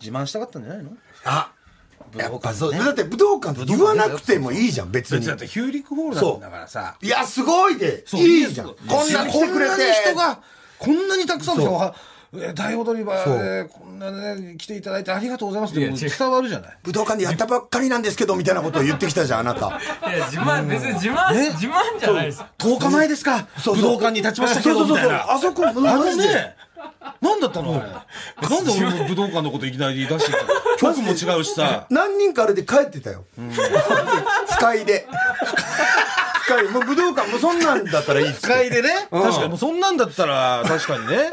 [SPEAKER 3] 自慢したかったんじゃないの
[SPEAKER 5] あやっぱそう、
[SPEAKER 3] ね
[SPEAKER 5] だって武道館って言わなくてもいいじゃん別に
[SPEAKER 3] 別にだってヒューリックホールなんだからさ。
[SPEAKER 5] いやすごいで
[SPEAKER 3] そう
[SPEAKER 5] いいじゃん
[SPEAKER 3] ですよ
[SPEAKER 5] こんな来てくれて
[SPEAKER 3] こんなに人が、こんなにたくさんの人が、えー大踊り場で、こんなね、来ていただいてありがとうございますって
[SPEAKER 1] いや
[SPEAKER 3] もう
[SPEAKER 1] 違う
[SPEAKER 3] 伝わるじゃない。
[SPEAKER 5] 武道館でやったばっかりなんですけどみたいなことを言ってきたじゃんあなた
[SPEAKER 1] いや、自慢、別に自慢、自慢じゃないです。
[SPEAKER 3] 10日前ですか、
[SPEAKER 5] う
[SPEAKER 3] [laughs] 武道館に立ちましたけ
[SPEAKER 5] そ
[SPEAKER 3] ど、
[SPEAKER 5] うそ
[SPEAKER 3] みたい
[SPEAKER 5] うそ
[SPEAKER 3] うな。
[SPEAKER 5] あそこあ
[SPEAKER 3] あれね、なんだったのあれ
[SPEAKER 5] [laughs]
[SPEAKER 3] なんで俺も武道館のこといきなり出してきたの曲も違うしさ。
[SPEAKER 5] 何人かあれで帰ってたよ [laughs] 不快で不快もう武道館もうそんなんだったらいいっす
[SPEAKER 3] 不快でね、確かにもうそんなんだったら、確かにね。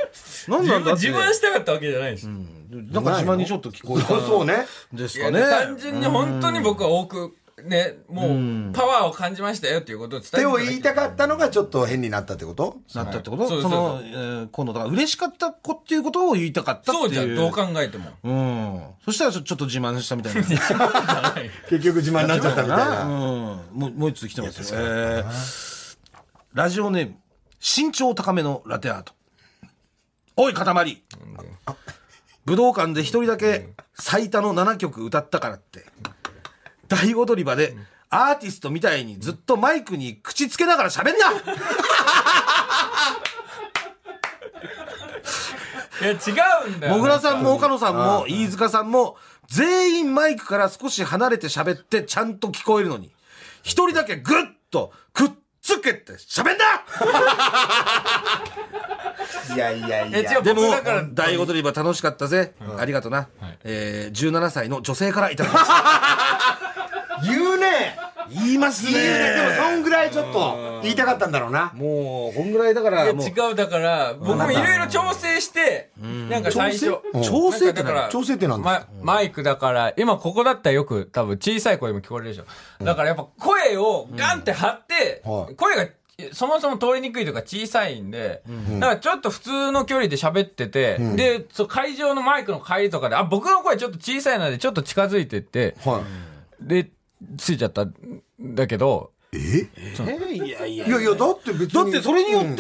[SPEAKER 3] なんなんだっ
[SPEAKER 1] 自。
[SPEAKER 3] て
[SPEAKER 1] 慢したかったわけじゃないです。
[SPEAKER 3] なんか自慢にちょっと聞こえた。
[SPEAKER 5] そうそうね
[SPEAKER 3] です
[SPEAKER 1] いや
[SPEAKER 3] かね。
[SPEAKER 1] 単純に本当に僕は多く、ね、もう、パワーを感じましたよっていうことを伝え
[SPEAKER 5] 手
[SPEAKER 1] て
[SPEAKER 5] を
[SPEAKER 1] だけ
[SPEAKER 5] 言いたかったのがちょっと変になったってこと
[SPEAKER 3] なったってこと
[SPEAKER 1] そうそ
[SPEAKER 3] そ
[SPEAKER 1] うそう
[SPEAKER 3] の、えー今度、だから嬉しかった子っていうことを言いたかったってい
[SPEAKER 1] そ
[SPEAKER 3] う。
[SPEAKER 1] うじゃん、どう考えても。
[SPEAKER 3] うん。そしたらちょちょっと自慢したみたいな。
[SPEAKER 5] 結局自慢になっちゃったみた
[SPEAKER 3] う
[SPEAKER 5] い
[SPEAKER 3] ん
[SPEAKER 5] な。
[SPEAKER 3] もう、もう一つ来てますよ。えーラジオネーム、身長高めのラテアート。おい、塊。武道館で一人だけ最多の7曲歌ったからって。大踊り場で、アーティストみたいにずっとマイクに口つけながら喋んな
[SPEAKER 1] いや、違うんだよ。
[SPEAKER 3] [laughs] もぐらさんも岡野さんも飯塚さんも全員マイクから少し離れて喋ってちゃんと聞こえるのに、一人だけぐっとくっつけて喋んだ
[SPEAKER 5] いやいやい
[SPEAKER 1] え、
[SPEAKER 5] や。
[SPEAKER 1] 違う、
[SPEAKER 3] でも
[SPEAKER 1] 僕だから、、
[SPEAKER 3] 大踊り場楽しかったぜ。ありがとな。
[SPEAKER 1] はい
[SPEAKER 3] えー、17歳の女性からいただきました。
[SPEAKER 5] 言うね
[SPEAKER 3] 言いますね。
[SPEAKER 5] 言うねでもそんぐらいちょっと言いたかったんだろうな。
[SPEAKER 3] もう、こんぐらいだか
[SPEAKER 1] いや
[SPEAKER 3] ら、もう、
[SPEAKER 1] 違うだから僕もいろいろ調整してなんか最初
[SPEAKER 5] 調
[SPEAKER 1] 整
[SPEAKER 5] 整
[SPEAKER 1] っ
[SPEAKER 5] ってて
[SPEAKER 1] 何
[SPEAKER 5] 何調整ってなんですか
[SPEAKER 1] まマイクだから今ここだったらよく多分小さい声も聞こえるでしょだからやっぱ声をガンって張って
[SPEAKER 5] うんはい
[SPEAKER 1] 声がそもそも通りにくいとか小さいんで、だからちょっと普通の距離で喋ってて、で、そう会場のマイクの帰りとかで、あ、僕の声ちょっと小さいのでちょっと近づいてって、
[SPEAKER 5] は
[SPEAKER 1] で、ついちゃったんだけど、
[SPEAKER 5] い。いやいや、だって別に。
[SPEAKER 3] だってそれによって、
[SPEAKER 5] うん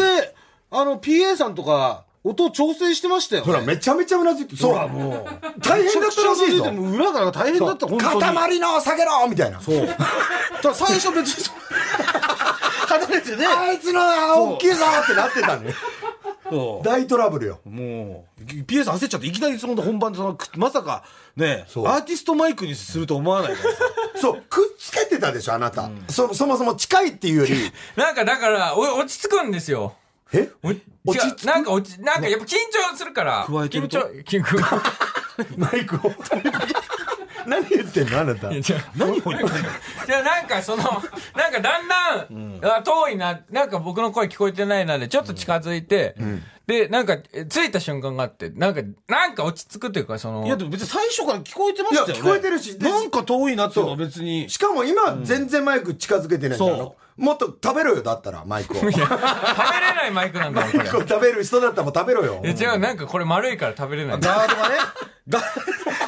[SPEAKER 3] あの、PA さんとか、音調整してましたよ、ね。
[SPEAKER 5] ほら、めちゃめちゃうなずいて、そうら、もう。大変だったらしいぞ。
[SPEAKER 3] でも裏から大変だった、本当に。
[SPEAKER 5] 塊の下げろみたいな。
[SPEAKER 3] そう。 [laughs] だから最初別にそ、離れてね。
[SPEAKER 5] あいつの、あ
[SPEAKER 3] そう
[SPEAKER 5] 大きいぞってなってたね。
[SPEAKER 3] そ
[SPEAKER 5] 大トラブルよ。
[SPEAKER 3] う。もう、PA さん焦っちゃって、いきなりその本番でその、くまさか、ね、ア
[SPEAKER 5] そう
[SPEAKER 3] ーティストマイクにすると思わないからさ。
[SPEAKER 5] そう、くっつけてたでしょ、あなた。そ、そもそも近いっていうより、 [laughs]
[SPEAKER 1] なんかだから、お落ち着くんですよ。
[SPEAKER 5] え
[SPEAKER 1] お違
[SPEAKER 5] 落ち着
[SPEAKER 1] う、なんか落ち、なんかやっぱ緊張するから。
[SPEAKER 3] 加えてると
[SPEAKER 1] 緊張、緊張。 [laughs]
[SPEAKER 5] マイクを。 [laughs] 何言ってんの、あなた。
[SPEAKER 1] じゃあ、何を言じゃあなんか
[SPEAKER 3] [laughs]
[SPEAKER 1] その、なんかだんだん、あ遠いな、なんか僕の声聞こえてないなで、ちょっと近づいて、で、なんか、え着いた瞬間があって、なんか、なんか落ち着くというか、その、
[SPEAKER 3] いや、でも別に最初から聞こえてましたよね。
[SPEAKER 5] いや聞こえてるしで
[SPEAKER 3] なんか遠いなっていうのは別に。
[SPEAKER 5] しかも今、全然マイク近づけてないんだろ
[SPEAKER 3] そ。
[SPEAKER 5] もっと食べろよ、だったら、マイクを。マイ
[SPEAKER 1] 食べれないマイクなんだもん、これ。
[SPEAKER 5] クを食べる人だったらもう食べろよ。
[SPEAKER 1] え違う、なんかこれ丸いから食べれない。
[SPEAKER 3] ガードがね。 [laughs] ガ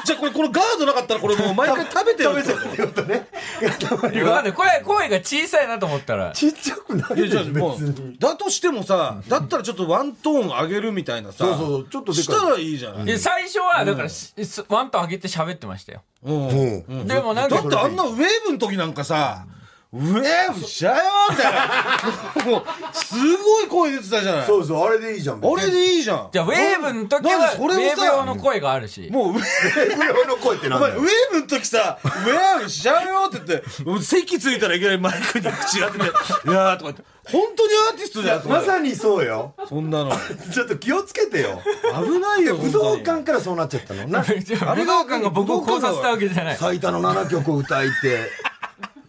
[SPEAKER 3] じゃあこれ、このガードなかったらこれもう毎回食べてるってこと
[SPEAKER 5] ちょっとね。
[SPEAKER 1] わかんない声、声が小さいなと思ったら。
[SPEAKER 5] ちっちゃくない
[SPEAKER 3] いや
[SPEAKER 5] でし
[SPEAKER 3] じゃ
[SPEAKER 5] ょ、
[SPEAKER 3] あ
[SPEAKER 5] 別
[SPEAKER 3] も
[SPEAKER 5] に。
[SPEAKER 3] う、だとしてもさ、だったらちょっとワントーン上げるみたいなさ。
[SPEAKER 5] そうそうそうちょっとでかい
[SPEAKER 3] したらいいじゃない。
[SPEAKER 1] いや最初は、だから、しすワンパン上げて喋ってましたよ。
[SPEAKER 3] うん
[SPEAKER 5] うん。
[SPEAKER 1] でもなん
[SPEAKER 3] だ
[SPEAKER 1] か
[SPEAKER 3] っ、てあんなウェーブの時なんかさ、ウェーブしちゃえよみたい
[SPEAKER 5] [laughs]
[SPEAKER 3] な。もう、すごい声出てたじゃない。
[SPEAKER 5] そうそう、あれでいいじゃん。
[SPEAKER 3] あ
[SPEAKER 5] [laughs]
[SPEAKER 3] れでいいじゃん。
[SPEAKER 1] じゃあウェーブの時
[SPEAKER 3] なんで
[SPEAKER 1] は、ウ
[SPEAKER 3] そ
[SPEAKER 1] ェー
[SPEAKER 3] れを
[SPEAKER 1] ブ用
[SPEAKER 3] さ、
[SPEAKER 1] の声があるし。
[SPEAKER 3] もうウェーブ、
[SPEAKER 5] 無料の声ってな
[SPEAKER 3] お
[SPEAKER 5] んだ
[SPEAKER 3] 前ウェ
[SPEAKER 5] よ
[SPEAKER 3] ー。ブの時さ、ウェーブしちゃうよって言って、もう席ついたらいきなりマイクに口が当てて、いやーとか言って、本当にアーティストじゃんと思っ
[SPEAKER 5] ま
[SPEAKER 3] て、
[SPEAKER 5] さにそうよ。
[SPEAKER 3] そんなの。
[SPEAKER 5] ちょっと気をつけてよ。
[SPEAKER 3] 危ないよ、
[SPEAKER 5] 武道館からそうなっちゃったの。な
[SPEAKER 1] じゃあ武道館が僕を考察したわけじゃない。
[SPEAKER 5] 最多の7曲を歌いて。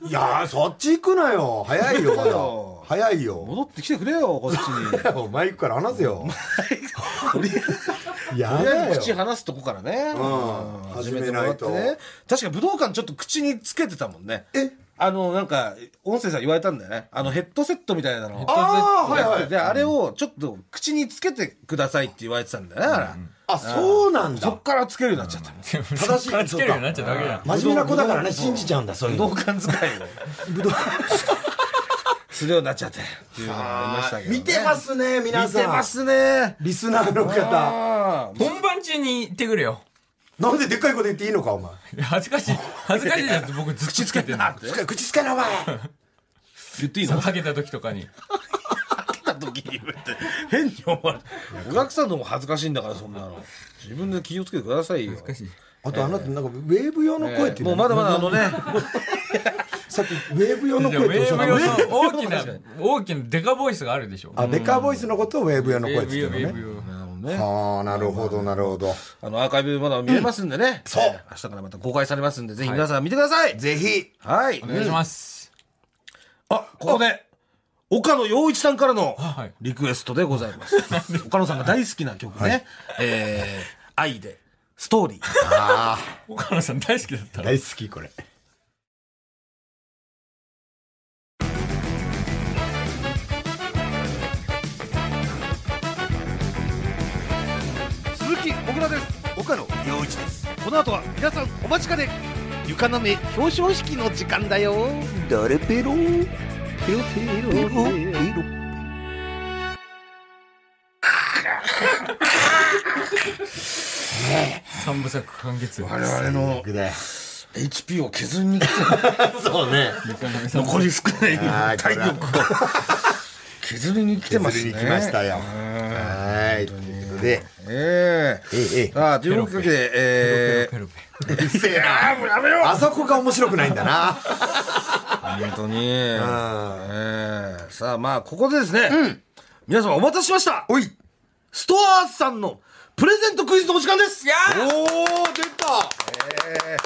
[SPEAKER 5] いやー、そっち行くなよ。早いよ、
[SPEAKER 3] [laughs]
[SPEAKER 5] まだ。早いよ。
[SPEAKER 3] 戻ってきてくれよ、こっちに。
[SPEAKER 5] マイクから話せよ。や
[SPEAKER 3] とりあ
[SPEAKER 5] だ
[SPEAKER 3] え
[SPEAKER 5] よ
[SPEAKER 3] ず。口離すとこからね、
[SPEAKER 5] うん始めてないと
[SPEAKER 3] 始めてもらってね確か武道館ちょっと口につけてたもんね
[SPEAKER 5] え
[SPEAKER 3] あのなんか音声さん言われたんだよねあのヘッドセットみたいなのを
[SPEAKER 5] ああ、はいは
[SPEAKER 3] やって
[SPEAKER 5] い。
[SPEAKER 3] てあれをちょっと口につけてくださいって言われてたんだよねだから
[SPEAKER 5] あ、そうなん
[SPEAKER 3] そっ
[SPEAKER 5] だ。
[SPEAKER 3] からつけるようになっちゃった
[SPEAKER 5] 正しい。
[SPEAKER 1] つけるようになっちゃったわけじゃ
[SPEAKER 5] 真面目な子だからね、信じちゃうんだ、そういう
[SPEAKER 3] 武
[SPEAKER 5] の
[SPEAKER 3] 道。館使いを
[SPEAKER 5] 武道
[SPEAKER 3] するようになっちゃってっていうのがありましたけどね
[SPEAKER 5] 見てますね、皆
[SPEAKER 3] 見
[SPEAKER 5] さん。
[SPEAKER 3] てますね
[SPEAKER 5] リスナーの方。
[SPEAKER 3] あ
[SPEAKER 1] ん。本番中に言ってくれよ。
[SPEAKER 5] なんででっかいこと言っていいのか、お前。
[SPEAKER 1] いや恥ずかしい。恥ずかしいじゃん、僕ずっと
[SPEAKER 3] 口つけて
[SPEAKER 1] る
[SPEAKER 3] なって
[SPEAKER 5] つか口つけろ、お前。
[SPEAKER 3] 言っていいの
[SPEAKER 1] ハゲた時とかに。
[SPEAKER 3] った時に言うって変に思われて [laughs] お客さんのも恥ずかしいんだからそんなの自分で気をつけてくださいよ
[SPEAKER 5] あと、あなた、なんか、ウェーブ用の声っていうの
[SPEAKER 3] もうまだまだあのね
[SPEAKER 5] さっき、ウェーブ用の
[SPEAKER 1] じゃあウ
[SPEAKER 5] 声っておっ
[SPEAKER 1] ェ
[SPEAKER 5] しゃ
[SPEAKER 1] ー
[SPEAKER 5] っ
[SPEAKER 1] ブ
[SPEAKER 5] た
[SPEAKER 1] 用
[SPEAKER 5] の
[SPEAKER 1] の大きな、大きなデカボイスがあるでしょ。
[SPEAKER 5] あ、デカーボイスのことをウェーブ用の
[SPEAKER 1] ウ
[SPEAKER 5] 声
[SPEAKER 1] ェ
[SPEAKER 5] っ
[SPEAKER 1] ー
[SPEAKER 5] て
[SPEAKER 1] ブ
[SPEAKER 5] 言
[SPEAKER 1] よ、
[SPEAKER 5] っ
[SPEAKER 1] ウ
[SPEAKER 5] て
[SPEAKER 1] ェ
[SPEAKER 5] る
[SPEAKER 1] ー
[SPEAKER 5] の
[SPEAKER 1] ブ
[SPEAKER 5] ね。
[SPEAKER 1] よ。
[SPEAKER 5] ああ、なるほど、なるほど。
[SPEAKER 3] あのアーカイブまだ見れますんでね、
[SPEAKER 5] そう
[SPEAKER 3] えー明日からまた公開されますんでぜひ皆さん見てください、
[SPEAKER 5] ぜひ。
[SPEAKER 3] はい、
[SPEAKER 1] お願いします。
[SPEAKER 3] あここで岡野陽一さんからの
[SPEAKER 1] はい
[SPEAKER 3] リクエストでございます、岡野さんが大好きな曲ね、えー愛でストーリー
[SPEAKER 5] あ
[SPEAKER 1] 岡野さん大好きだった
[SPEAKER 5] あ、
[SPEAKER 1] ら。
[SPEAKER 5] 大好き、これ。
[SPEAKER 7] 鈴木小倉です
[SPEAKER 4] 岡野陽一です
[SPEAKER 7] この後は皆さんお待ちかね床なめ表彰式の時間だよ
[SPEAKER 4] 誰ペロ
[SPEAKER 7] ペロペロペロ
[SPEAKER 1] 三部作完結。
[SPEAKER 3] 我々の HP を削りに来て
[SPEAKER 5] そうね。
[SPEAKER 3] 残り少
[SPEAKER 5] は
[SPEAKER 3] ないい
[SPEAKER 5] こ
[SPEAKER 3] 体
[SPEAKER 5] れ
[SPEAKER 3] 力を削りに来てま
[SPEAKER 5] 削
[SPEAKER 3] す
[SPEAKER 5] り
[SPEAKER 3] ね
[SPEAKER 5] に来ましたよ。はーい。ということで、
[SPEAKER 3] ええ
[SPEAKER 5] ええ、
[SPEAKER 3] さあというわけでえ
[SPEAKER 1] ペロペロ
[SPEAKER 5] ええ、うるせえな。あそこが面白くないんだな。
[SPEAKER 3] ー本当に
[SPEAKER 5] あ
[SPEAKER 3] ええさあまあここでですね、皆様お待たせしました
[SPEAKER 5] おい。
[SPEAKER 3] ストアーズさんのプレゼントクイズのお時間です
[SPEAKER 1] や
[SPEAKER 5] おー、出た
[SPEAKER 3] え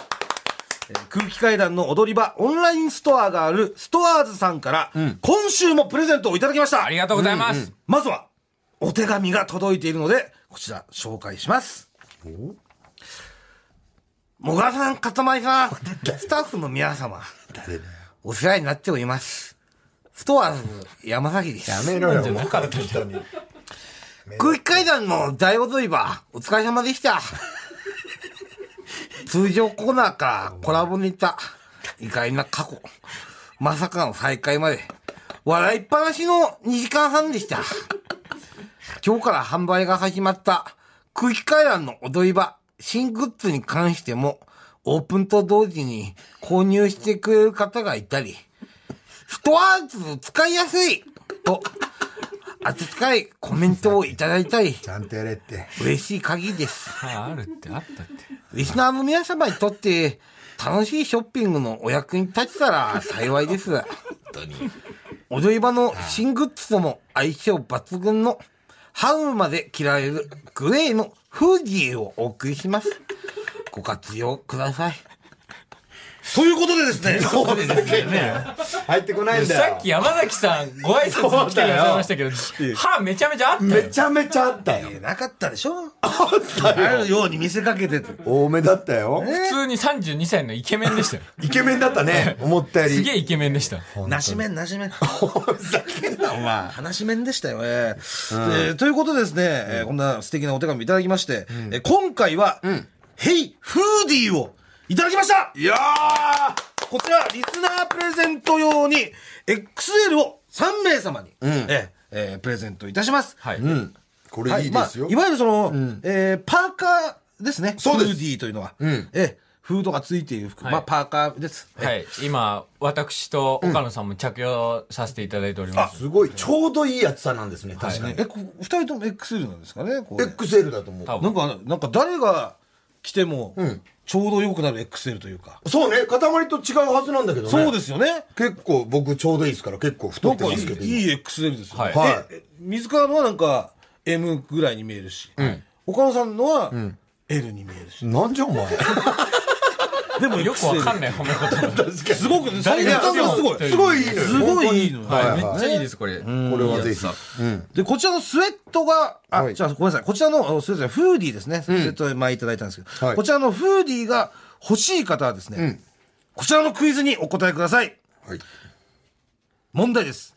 [SPEAKER 3] ー空気階段の踊り場オンラインストアがあるストアーズさんから、今週もプレゼントをいただきました
[SPEAKER 1] ありがとうございます。
[SPEAKER 3] まずは、お手紙が届いているので、こちら紹介します。もがさん、かたまりさん、スタッフの皆様、お世話になっております。ストアーズ、山崎です。
[SPEAKER 5] やめろよ、もうから適当に。
[SPEAKER 3] 空気階段の大踊り場、お疲れ様でした。通常コーナーからコラボネタ、意外な過去、まさかの再会まで、笑いっぱなしの2時間半でした。今日から販売が始まった空気階段の踊り場、新グッズに関しても、オープンと同時に購入してくれる方がいたり、ストアーズ使いやすいと、温かいコメントをいただいたり、
[SPEAKER 5] ちゃんとやれって。
[SPEAKER 3] 嬉しい限りです。
[SPEAKER 1] ああるってあったって。
[SPEAKER 3] リスナーの皆様にとって、楽しいショッピングのお役に立てたら幸いです。本当に。踊り場の新グッズとも相性抜群の、ハウまで着られるグレーのフージーをお送りします。ご活用ください。ということでですね、
[SPEAKER 5] そうですね。入ってこないんだよ
[SPEAKER 1] さっき山崎さんご挨拶に来てくださいましたけど、歯めちゃめちゃあったよ
[SPEAKER 5] めちゃめちゃあったよ
[SPEAKER 3] なかったでしょあるように見せかけてて。
[SPEAKER 5] 多めだったよ
[SPEAKER 1] 普通に32歳のイケメンで
[SPEAKER 5] [laughs]
[SPEAKER 1] したよ。
[SPEAKER 5] イケメンだったね思ったより
[SPEAKER 1] すげえイケメンでした。
[SPEAKER 3] なし面、なし面。ふざけんな、お前。話面でしたよ、えーえーということでですね、えーこんな素敵なお手紙いただきまして、えー今回は、ヘイフーディーをいただきました
[SPEAKER 5] いやー
[SPEAKER 3] こちら、リスナープレゼント用に、XL を3名様に、えーえープレゼントいたします。
[SPEAKER 1] はい。
[SPEAKER 5] こ
[SPEAKER 3] は
[SPEAKER 5] れいいですよ、
[SPEAKER 3] まあ、いわゆるその、えーパーカーですね。
[SPEAKER 5] そうです
[SPEAKER 3] フーディーというのは。えーフードがついている服。まあ、パーカーです。
[SPEAKER 1] はい。今、私と岡野さんも着用させていただいております。
[SPEAKER 5] すごいちょうどいい厚さなんですね確かに、
[SPEAKER 3] え、こ二人とも XL なんですかねこれ
[SPEAKER 5] XL だと思う
[SPEAKER 1] 多分
[SPEAKER 3] なんか、なんか誰が来ても、ちょうど良くなる XL というか。
[SPEAKER 5] そうね塊と違うはずなんだけどね
[SPEAKER 3] そうですよね。
[SPEAKER 5] 結構僕ちょうどいいですから結構太
[SPEAKER 3] な
[SPEAKER 5] っ
[SPEAKER 3] ん
[SPEAKER 5] て
[SPEAKER 3] かいい
[SPEAKER 5] ますけど
[SPEAKER 3] いい XL ですよね。
[SPEAKER 1] はい
[SPEAKER 5] はい
[SPEAKER 3] ええ水川のはなんか M ぐらいに見えるし、岡野さんのは L に見えるし。
[SPEAKER 5] なんじゃお前
[SPEAKER 3] でも
[SPEAKER 1] よくわかん
[SPEAKER 3] い。
[SPEAKER 1] ない褒め言葉。
[SPEAKER 3] すごくね、
[SPEAKER 1] 誰が
[SPEAKER 3] それがすごい。
[SPEAKER 5] すごいいいのよ
[SPEAKER 3] すごいいいのよ。
[SPEAKER 1] はい。めっちゃいいです、これ。は
[SPEAKER 5] これはぜひ
[SPEAKER 3] で、こちらのスウェットが、あ、
[SPEAKER 5] はい
[SPEAKER 3] じゃあごめんなさい。こちらのスウェットじゃないフーディーですね。スウェットで前いただいたんですけど、
[SPEAKER 5] はい
[SPEAKER 3] こちらのフーディーが欲しい方はですね、こちらのクイズにお答えください。
[SPEAKER 5] はい
[SPEAKER 3] 問題です。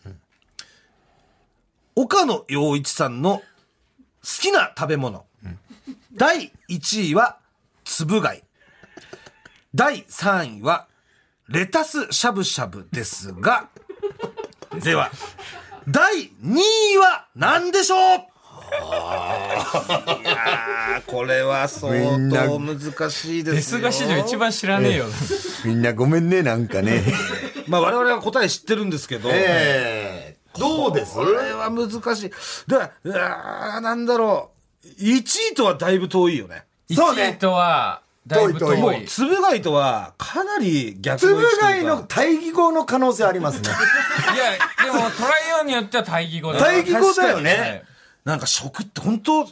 [SPEAKER 3] 岡野陽一さんの好きな食べ物。第1位は、つぶ貝。第3位は、レタスしゃぶしゃぶですが、では、第2位は何でしょういやーこれは相当難しいです
[SPEAKER 1] デス
[SPEAKER 3] よ
[SPEAKER 1] が史上一番知らねえよ。
[SPEAKER 5] みんなごめんねなんかね
[SPEAKER 3] まあ我々は答 [laughs] え知ってるんですけど、
[SPEAKER 5] ええどうです
[SPEAKER 3] これは難しい。だから、うわーなんだろう。1位とはだいぶ遠いよね。
[SPEAKER 5] そうね
[SPEAKER 1] 1位とは、だいぶ
[SPEAKER 5] 遠い遠
[SPEAKER 1] 遠
[SPEAKER 5] い
[SPEAKER 1] い。
[SPEAKER 3] つぶ貝とはかなり逆
[SPEAKER 5] つ
[SPEAKER 3] の位
[SPEAKER 5] ぶ
[SPEAKER 3] 置というか
[SPEAKER 5] 貝の対義語の可能性ありま
[SPEAKER 3] [laughs]
[SPEAKER 5] すね
[SPEAKER 1] いや、でも、トライオンによっては対義語だな
[SPEAKER 5] 対義語だよ
[SPEAKER 1] は
[SPEAKER 5] ね
[SPEAKER 1] い
[SPEAKER 3] なんか食って本当不